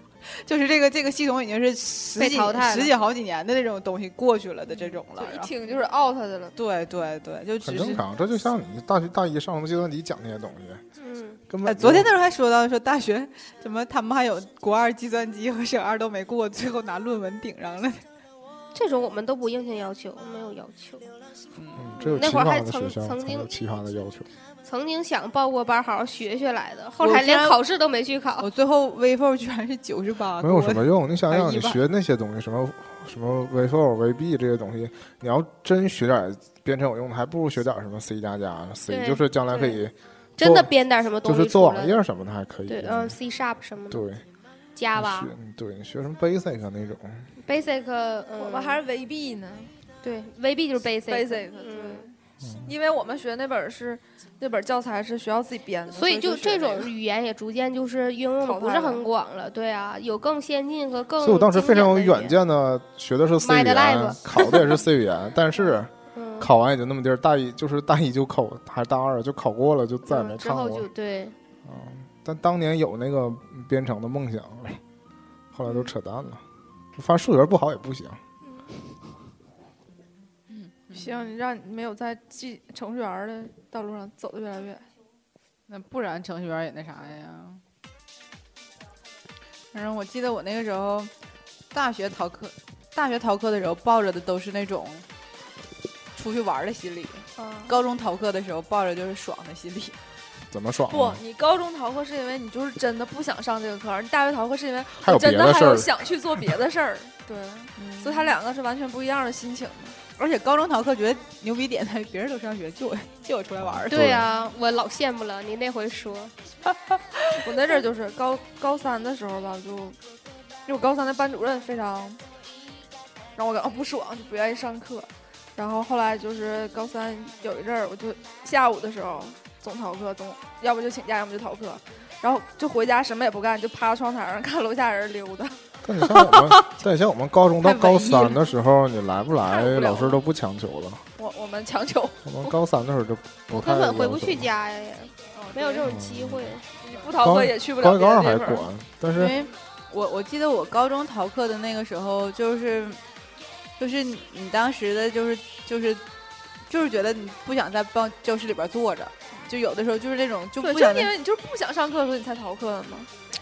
Speaker 6: 就是这个这个系统已经是十
Speaker 3: 被
Speaker 6: 几
Speaker 3: 淘汰了
Speaker 6: 十几好几年的这种东西过去了的这种了
Speaker 5: 就。一
Speaker 6: 然后
Speaker 5: 听就是 out 的了，
Speaker 6: 对对对，就
Speaker 1: 很
Speaker 6: 只
Speaker 1: 正
Speaker 6: 是。
Speaker 1: 常，这就像你大学大一上什么计算题讲那些东西，
Speaker 3: 嗯，
Speaker 1: 根
Speaker 6: 哎，
Speaker 1: 本
Speaker 6: 昨天那时候还说到说大学怎么他们还有国二计算机和省二都没过，最后拿论文顶上了。
Speaker 3: 这种我们都不硬性要求，没有要求。
Speaker 1: 嗯只有
Speaker 3: 那
Speaker 1: 奇
Speaker 3: 会儿还
Speaker 1: 葩的
Speaker 3: 曾
Speaker 1: 学校
Speaker 3: 曾
Speaker 1: 才有
Speaker 3: 经嗯
Speaker 1: 奇葩的要求。
Speaker 3: 曾经想报过班，好好学学来的，后
Speaker 6: 我哦
Speaker 3: 来
Speaker 6: 居
Speaker 3: 连
Speaker 6: 然
Speaker 3: 考试都没去考。
Speaker 6: 我最后 v i v o 居然是九十
Speaker 3: 啊
Speaker 6: 八，
Speaker 1: 没有什么用。你想
Speaker 6: 哎
Speaker 1: 想，
Speaker 6: 意
Speaker 1: 你
Speaker 6: 外
Speaker 1: 学那些东西，什么什么 v f o v b 这些东西，你要真学点编程有用的，还不如学点什么 C 加加，C
Speaker 3: 对
Speaker 1: 就是将来可以
Speaker 3: 真的编点什么
Speaker 1: 就
Speaker 3: 东西
Speaker 1: 是做网
Speaker 3: 出来。
Speaker 1: 页什么的还可以。
Speaker 3: 对，嗯，C sharp 什么的
Speaker 1: 对，你
Speaker 3: ，Java
Speaker 1: 学对你学什么 Basic 啊那种，
Speaker 3: Basic，嗯，
Speaker 5: 我们还是 VB 呢
Speaker 3: 对 VB 就是 Basic。
Speaker 5: ，Basic，
Speaker 3: 嗯
Speaker 5: 对，因为我们学那本是那本教材是学校自己编的，
Speaker 3: 所以就
Speaker 5: 学
Speaker 3: 这
Speaker 5: 那个
Speaker 3: 种语言也逐渐就是应用的
Speaker 5: 淘汰
Speaker 3: 不是
Speaker 5: 了
Speaker 3: 很广了，对啊，有更先进和更
Speaker 1: 所以我当时非常有
Speaker 3: 哦经典的
Speaker 1: 远
Speaker 3: 语言，
Speaker 1: 见的，学的是 C 语
Speaker 3: My
Speaker 1: 言
Speaker 3: Life，
Speaker 1: 考的也是 C 语言，但是
Speaker 3: 嗯，
Speaker 1: 考完也就那么地儿，大一就是大一就考，还是大二就考过了，就再也
Speaker 3: 嗯
Speaker 1: 没
Speaker 3: 之
Speaker 1: 看
Speaker 3: 后
Speaker 1: 过
Speaker 3: 就。对，
Speaker 1: 啊，但当年有那个编程的梦想，后来都扯淡了。发现数学不好也不行，
Speaker 6: 嗯
Speaker 5: 行，你让你没有在技程序员儿的道路上走得越来越远。
Speaker 7: 那不然程序员也那啥呀？
Speaker 6: 反正我记得我那个时候大学逃课，大学逃课的时候抱着的都是那种出去玩儿的心理，
Speaker 3: 啊
Speaker 6: 高中逃课的时候抱着就是爽的心理。
Speaker 1: 怎么爽啊？
Speaker 5: 不，你高中逃课是因为你就是真的不想上这个课儿，你大学逃课是因为
Speaker 1: 还有别
Speaker 5: 真
Speaker 1: 的
Speaker 5: 的还
Speaker 1: 事儿
Speaker 5: 有，想去做别的事儿。 对，所以他两个是完全不一样的心情。
Speaker 6: 而且高中逃课觉得牛逼点在于别人都上学，就我就我出来玩儿。
Speaker 3: 对啊，我老羡慕了你那回说，
Speaker 5: 我那阵儿就是高高三的时候吧，我就因为我高三的班主任非常让我感到不爽，就不愿意上课。然后后来就是高三有一阵儿，我就下午的时候总逃课，总要不就请假，要么就逃课，然后就回家什么也不干，就趴窗台上看楼下人溜达。
Speaker 1: 但你像我们，但你像我们高中到
Speaker 7: 太文
Speaker 1: 高
Speaker 7: 艺了
Speaker 1: 三的时候，你来不来
Speaker 5: 太无聊
Speaker 1: 老师都不强求了。
Speaker 5: 我我们强求，
Speaker 1: 我们高三的时候就不太
Speaker 3: 根本回
Speaker 1: 要
Speaker 3: 不
Speaker 1: 求
Speaker 3: 去
Speaker 1: 了
Speaker 3: 家呀，也没有这种机会。
Speaker 5: 不逃
Speaker 1: 高
Speaker 5: 课也去不了
Speaker 1: 高一
Speaker 5: 别
Speaker 1: 高
Speaker 5: 的
Speaker 1: 二
Speaker 5: 地
Speaker 1: 还
Speaker 5: 方
Speaker 1: 管
Speaker 5: 儿。，
Speaker 1: 但
Speaker 6: 因
Speaker 1: 是
Speaker 6: 为我我记得我高中逃课的那个时候，就是就是你你当时的就是就是就是觉得你不想在办教室里边坐着，就有的时候就是那种就
Speaker 5: 对，
Speaker 6: 不
Speaker 5: 就
Speaker 6: 想
Speaker 5: 是因为你就是不想上课的时候你才逃课的嘛，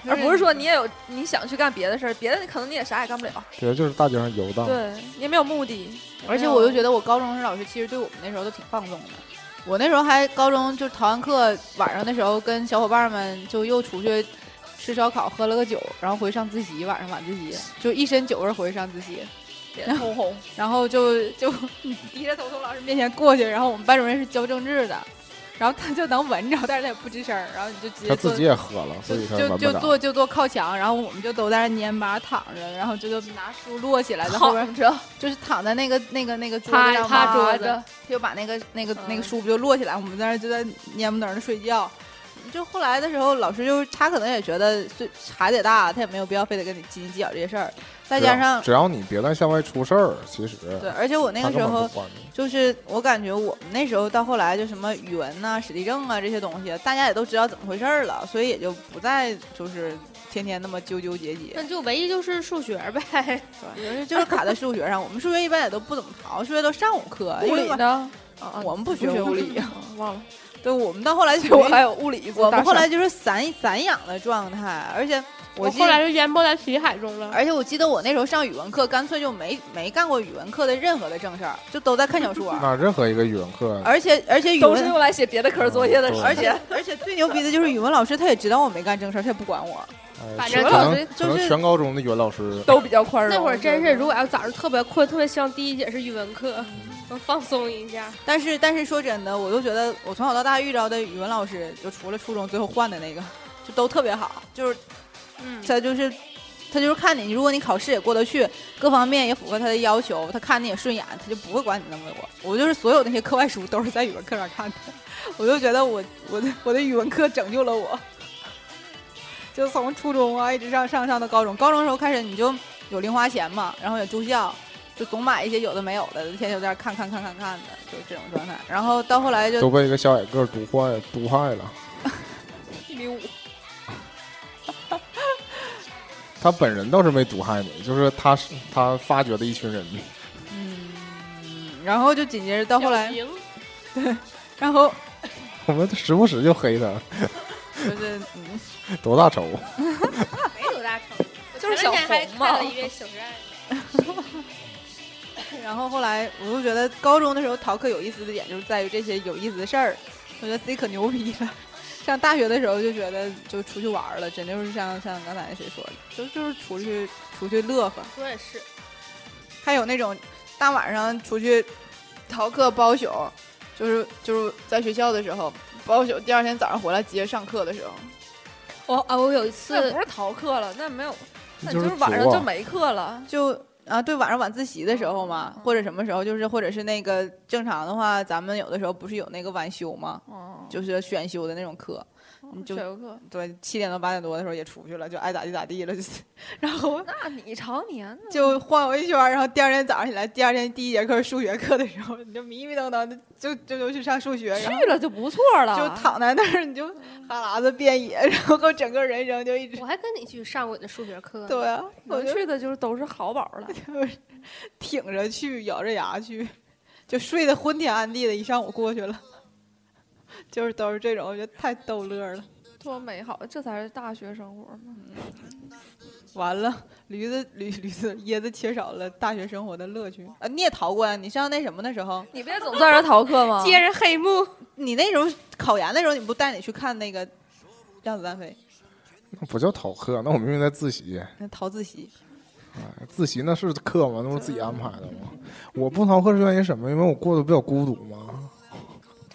Speaker 6: 就
Speaker 5: 而不是
Speaker 6: 说
Speaker 5: 说你也有你想去干别的事儿，别的可能你也啥也干不了，
Speaker 1: 觉得就是大街上游荡，
Speaker 5: 对，也没有目的。
Speaker 6: 而
Speaker 5: 嗯
Speaker 6: 且我就觉得我高中时老师其实对我们那时候都挺放纵的。我那时候还高中就逃完课，晚上的时候跟小伙伴们就又出去吃烧烤，喝了个酒，然后回上自习，晚上晚自习就一身酒味儿回上自习，
Speaker 5: 脸通红，
Speaker 6: 然后就就低着头从老师面前过去，然后我们班主任是教政治的，
Speaker 8: 然后他就能闻着，但是他也不吱声儿，然后你就直接
Speaker 1: 他
Speaker 8: 坐
Speaker 1: 自己也喝了，所以他
Speaker 8: 就
Speaker 1: 闻不
Speaker 8: 就
Speaker 1: 着。
Speaker 8: 坐就坐靠墙，然后我们就都在那蔫巴躺着，然后这就拿书摞起来，在后边
Speaker 5: 躺着，
Speaker 8: 就是躺在那个那个那个桌
Speaker 5: 趴
Speaker 8: 子上
Speaker 5: 趴桌
Speaker 8: 嘛
Speaker 5: 子，
Speaker 8: 就把那个那个那
Speaker 5: 嗯
Speaker 8: 个书不就摞起来，我们在那儿就在蔫不噔的睡觉。
Speaker 6: 就后来的时候，老师就是他可能也觉得岁孩子也大，他也没有必要非得跟你斤斤计较这些事儿。再
Speaker 1: 只要
Speaker 6: 加上
Speaker 1: 只要你别乱向外出事儿，其实
Speaker 6: 对，而且我那
Speaker 1: 他
Speaker 6: 个
Speaker 1: 根
Speaker 6: 时
Speaker 1: 本
Speaker 6: 候
Speaker 1: 不管你。。
Speaker 6: 就是我感觉我们那时候到后来就什么语文呐、史地政啊这些东西，大家也都知道怎么回事儿了，所以也就不再就是天天那么纠纠结 结
Speaker 3: 那，就唯一就是数学呗，
Speaker 6: 就是就是卡在数学上。我们数学一般也都不怎么考，数学都上午课，因
Speaker 5: 物
Speaker 6: 为
Speaker 5: 理呢？ 啊
Speaker 6: 我们不学
Speaker 5: 学
Speaker 6: 物理，
Speaker 5: 啊忘了。
Speaker 6: 对，我们到后来就
Speaker 5: 我还有物理，
Speaker 6: 我们后来就是散散养的状态，而且
Speaker 3: 我
Speaker 6: 记
Speaker 3: 后
Speaker 6: 得
Speaker 3: 来就淹没在题海中了。
Speaker 6: 而且我记得我那时候上语文课，干脆就没没干过语文课的任何的正事儿，就都在看小说
Speaker 1: 那任何一个语文课，
Speaker 6: 而且而且语
Speaker 5: 都是
Speaker 6: 文，
Speaker 5: 用来写别的科作业的
Speaker 1: 嗯，对
Speaker 6: 而且而且最牛逼的就是语文老师，他也知道我没干正事儿，他也不管我。
Speaker 1: 哎
Speaker 3: 反
Speaker 1: 可
Speaker 3: 正
Speaker 5: 老
Speaker 1: 能
Speaker 5: 师
Speaker 1: 可能
Speaker 6: 就是
Speaker 1: 全高中的语文老师
Speaker 5: 都比较宽容。
Speaker 3: 那会儿真
Speaker 5: 我觉
Speaker 3: 是，
Speaker 5: 得
Speaker 3: 如果要早上特别困，特别希望第一节是语文课，
Speaker 1: 嗯
Speaker 3: 能放松一下。
Speaker 6: 但是但是说真的，我就觉得我从小到大遇着的语文老师，就除了初中最后换的那个，就都特别好，就是
Speaker 3: 嗯，
Speaker 6: 他就是。他就是看你，如果你考试也过得去，各方面也符合他的要求，他看你也顺眼，他就不会管你那么多。我就是所有那些课外书都是在语文课上看的，我就觉得我我的我的语文课拯救了我，就从初中啊一直上上上到高中，高中的时候开始你就有零花钱嘛，然后也住校，就总买一些有的没有的，天天就在那儿看看看看看的，就是这种状态。然后到后来就
Speaker 1: 都被一个小矮个儿毒坏毒害了。
Speaker 5: 一米五，
Speaker 1: 他本人倒是没毒害你，就是他是他发掘的一群人，
Speaker 6: 嗯，然后就紧接着到后来，
Speaker 3: 小莹
Speaker 6: 然后
Speaker 1: 我们时不时就黑他，
Speaker 6: 就是嗯。
Speaker 1: 多大仇？啊
Speaker 3: 没多大成，
Speaker 5: 就是
Speaker 3: 前两天
Speaker 5: 小
Speaker 3: 还
Speaker 5: 红
Speaker 3: 看
Speaker 5: 嘛
Speaker 3: 了一遍《小时爱》。
Speaker 6: 然后后来我就觉得高中的时候逃课有意思的点就是在于这些有意思的事儿，我觉得自己可牛逼了。上大学的时候就觉得就出去玩儿了，真就是像像刚才谁说的，就就是出去出去乐呵。
Speaker 3: 我也是，
Speaker 6: 还有那种大晚上出去逃课包宿，就是就是在学校的时候包宿，第二天早上回来接着上课的时候，
Speaker 3: 我啊，我有一
Speaker 5: 那
Speaker 3: 次
Speaker 5: 不是逃课了，那没有，那
Speaker 1: 就啊
Speaker 5: 就是是晚上
Speaker 1: 作
Speaker 5: 就没课了。
Speaker 6: 就啊，对，晚上晚自习的时候嘛，或者什么时候，就是或者是那个正常的话，咱们有的时候不是有那个晚修吗？
Speaker 5: 哦，
Speaker 6: 就是选修的那种课，你就
Speaker 5: 选修课，
Speaker 6: 对，七点多八点多的时候也出去了，就爱咋地咋地了， 就是，然后
Speaker 5: 那你常年呢？
Speaker 6: 就晃悠一圈儿，然后第二天早上起来，第二天第一节课是数学课的时候，你就迷迷瞪瞪的，就就就去上数学，然后
Speaker 5: 去了就不错了，
Speaker 6: 就躺在那儿，你就哈喇子遍野，然后整个人生就一直
Speaker 3: 我还跟你去上过你的数学课。
Speaker 6: 对啊，我
Speaker 5: 能
Speaker 6: 就
Speaker 5: 去的就是都是好宝了。
Speaker 6: 挺着去，咬着牙去，就睡得昏天暗地的，一上午过去了，就是都是这种，我觉得太逗乐儿了。
Speaker 5: 多美好，这才是大学生活嘛！
Speaker 6: 完了，驴子驴驴子椰子缺少了大学生活的乐趣啊！你也逃过呀？你上那什么的时候，
Speaker 5: 你别总在这逃课吗？
Speaker 3: 接着黑幕，
Speaker 6: 你那时候考研的时候，你不带你去看那个《让子弹飞》
Speaker 1: 那不叫逃课，那我明明在自习。
Speaker 6: 那逃自习？
Speaker 1: 哎自习那是课吗？那不是自己安排的吗？我不逃课是原因什么？因为我过得比较孤独嘛。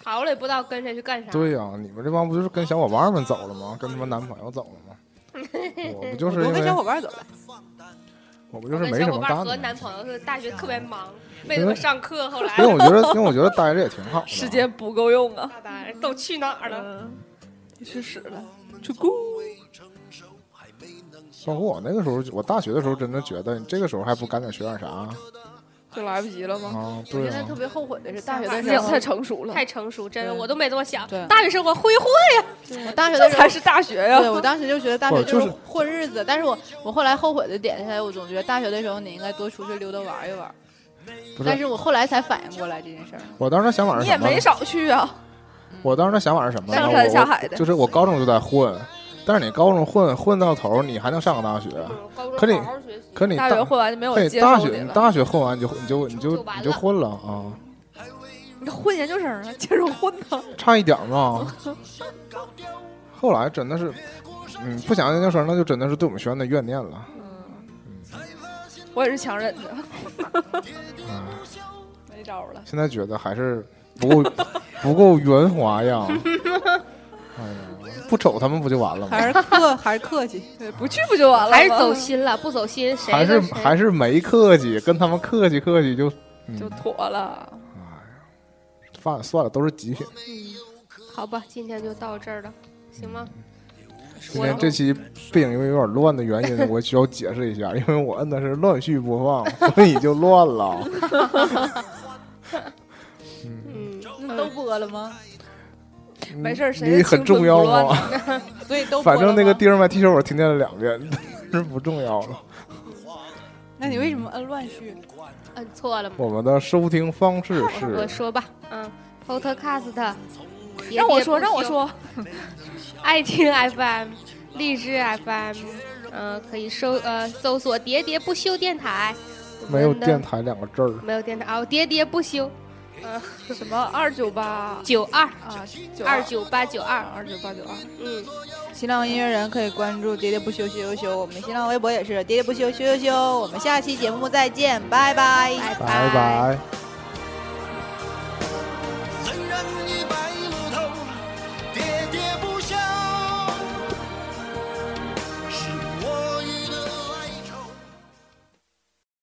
Speaker 3: 逃了也不知道跟谁去干啥。
Speaker 1: 对呀、你们这帮不就是跟小伙伴们走了吗？跟他们男朋友走了吗？我不就
Speaker 6: 我
Speaker 1: 是因
Speaker 6: 跟小
Speaker 1: 为
Speaker 6: 伙伴走的，
Speaker 1: 我不
Speaker 3: 我
Speaker 1: 就是
Speaker 3: 跟
Speaker 1: 没
Speaker 3: 小
Speaker 1: 什
Speaker 3: 伙
Speaker 1: 么
Speaker 3: 伴
Speaker 1: 干
Speaker 3: 和
Speaker 1: 的
Speaker 3: 男
Speaker 1: 吗，
Speaker 3: 朋友是大学特别忙，
Speaker 1: 嗯
Speaker 3: 没怎么上课，后来
Speaker 1: 因为我觉得，因为我觉得待着也挺好的。啊
Speaker 5: 时间不够用啊！
Speaker 3: 大家都去哪儿了？
Speaker 5: 你去屎了！
Speaker 1: 包括我那个时候，我大学的时候真的觉得，你这个时候还不赶紧学点啥啊？
Speaker 5: 就来不及了吗？
Speaker 2: 我
Speaker 1: 对
Speaker 2: 觉得
Speaker 1: 啊
Speaker 2: 特，别后悔的是大学
Speaker 5: 思
Speaker 2: 的时
Speaker 5: 想
Speaker 2: 候
Speaker 5: 太，成熟
Speaker 1: 嗯
Speaker 5: 了，
Speaker 3: 太成熟，真的
Speaker 6: 对
Speaker 3: 我都没这么想
Speaker 6: 对。
Speaker 3: 大学生活挥霍
Speaker 2: 我大学
Speaker 5: 这
Speaker 2: 的 时候
Speaker 5: 才。是大学呀！
Speaker 2: 对，我当时就觉得大
Speaker 1: 不
Speaker 2: 学
Speaker 1: 是
Speaker 2: 就
Speaker 1: 哦就是
Speaker 2: 是混日子，但是我我后来后悔的点是，我总觉得大学的时候你应该多出去溜达玩一玩。
Speaker 1: 不是
Speaker 2: 但是我后来才反应过来这件事儿，
Speaker 1: 我当时想法是
Speaker 5: 你也
Speaker 1: 什么
Speaker 5: 没
Speaker 1: 呢？
Speaker 5: 少去啊，
Speaker 1: 我当时的想法是什么呢？
Speaker 5: 上山
Speaker 1: 我
Speaker 5: 下海的
Speaker 1: 就是我高中就在混，但是你高中混混到头儿，你还能上个大学。
Speaker 3: 高
Speaker 1: 可你
Speaker 3: 中好好学习。
Speaker 1: 可你
Speaker 5: 大学混完就没有
Speaker 1: 嘿
Speaker 5: 人接
Speaker 1: 大
Speaker 5: 受你
Speaker 1: 学你
Speaker 5: 了。
Speaker 1: 大学混完你就你就你就
Speaker 3: 就完
Speaker 1: 你就
Speaker 3: 了
Speaker 1: 混了啊，
Speaker 5: 你混研究生啊，接着混呢。
Speaker 1: 差一点儿嘛。后来真的是，嗯，不想研究生，那就真的是对我们学院的怨念了。
Speaker 5: 我也是强忍着，
Speaker 1: 啊，
Speaker 5: 没招了。
Speaker 1: 现在觉得还是不过不够圆滑呀！哎呀，不瞅他们不就完了吗？
Speaker 6: 还是客 还是客气，
Speaker 5: 不去不就完了吗？
Speaker 3: 还是走心了，不走心谁
Speaker 1: 还是
Speaker 3: 跟谁
Speaker 1: 还是没客气，跟他们客气客气就嗯
Speaker 5: 就妥了。
Speaker 1: 算了算了，都是极品。
Speaker 3: 好吧，今天就到这儿了，行吗？
Speaker 1: 今天这期背景因为有点乱的原 因，我需要解释一下，因为我摁的是乱序播放，所以就乱 了。
Speaker 3: 嗯，
Speaker 8: 那都播了吗？
Speaker 5: 没事儿，谁
Speaker 1: 你
Speaker 5: 也
Speaker 1: 很
Speaker 5: 清纯
Speaker 1: 重要
Speaker 5: 不 乱
Speaker 1: 吗？
Speaker 5: 的
Speaker 6: 所以都
Speaker 1: 反正那个
Speaker 6: 地，
Speaker 1: 地儿卖 T 恤我听见了两遍， 但是不重要了。
Speaker 8: 那你为什么摁乱序？
Speaker 3: 摁嗯错了吗？
Speaker 1: 我们的收听方式
Speaker 3: 我
Speaker 1: 是
Speaker 3: 说吧，嗯，Podcast，喋
Speaker 5: 让我
Speaker 3: 喋
Speaker 5: 说，
Speaker 3: 不
Speaker 5: 让我
Speaker 3: 休，
Speaker 5: 说，
Speaker 3: 爱听 FM，荔枝 FM，嗯、可以搜呃搜索“喋喋不休”电台，我
Speaker 1: 没有
Speaker 3: 们的
Speaker 1: 电台两个字儿。
Speaker 3: 没有电台啊，喋喋不休，
Speaker 5: 什么二九八
Speaker 3: 九二
Speaker 5: 啊，
Speaker 3: 二九八九二，
Speaker 5: 二九八九二，
Speaker 3: 嗯，
Speaker 8: 新浪音乐人可以关注“喋喋不休，休休休”，我们新
Speaker 6: 新
Speaker 8: 浪
Speaker 6: 浪微博也是喋喋不休，休休休。我们下期节目再见，拜拜。
Speaker 1: 拜拜。
Speaker 9: 虽然一败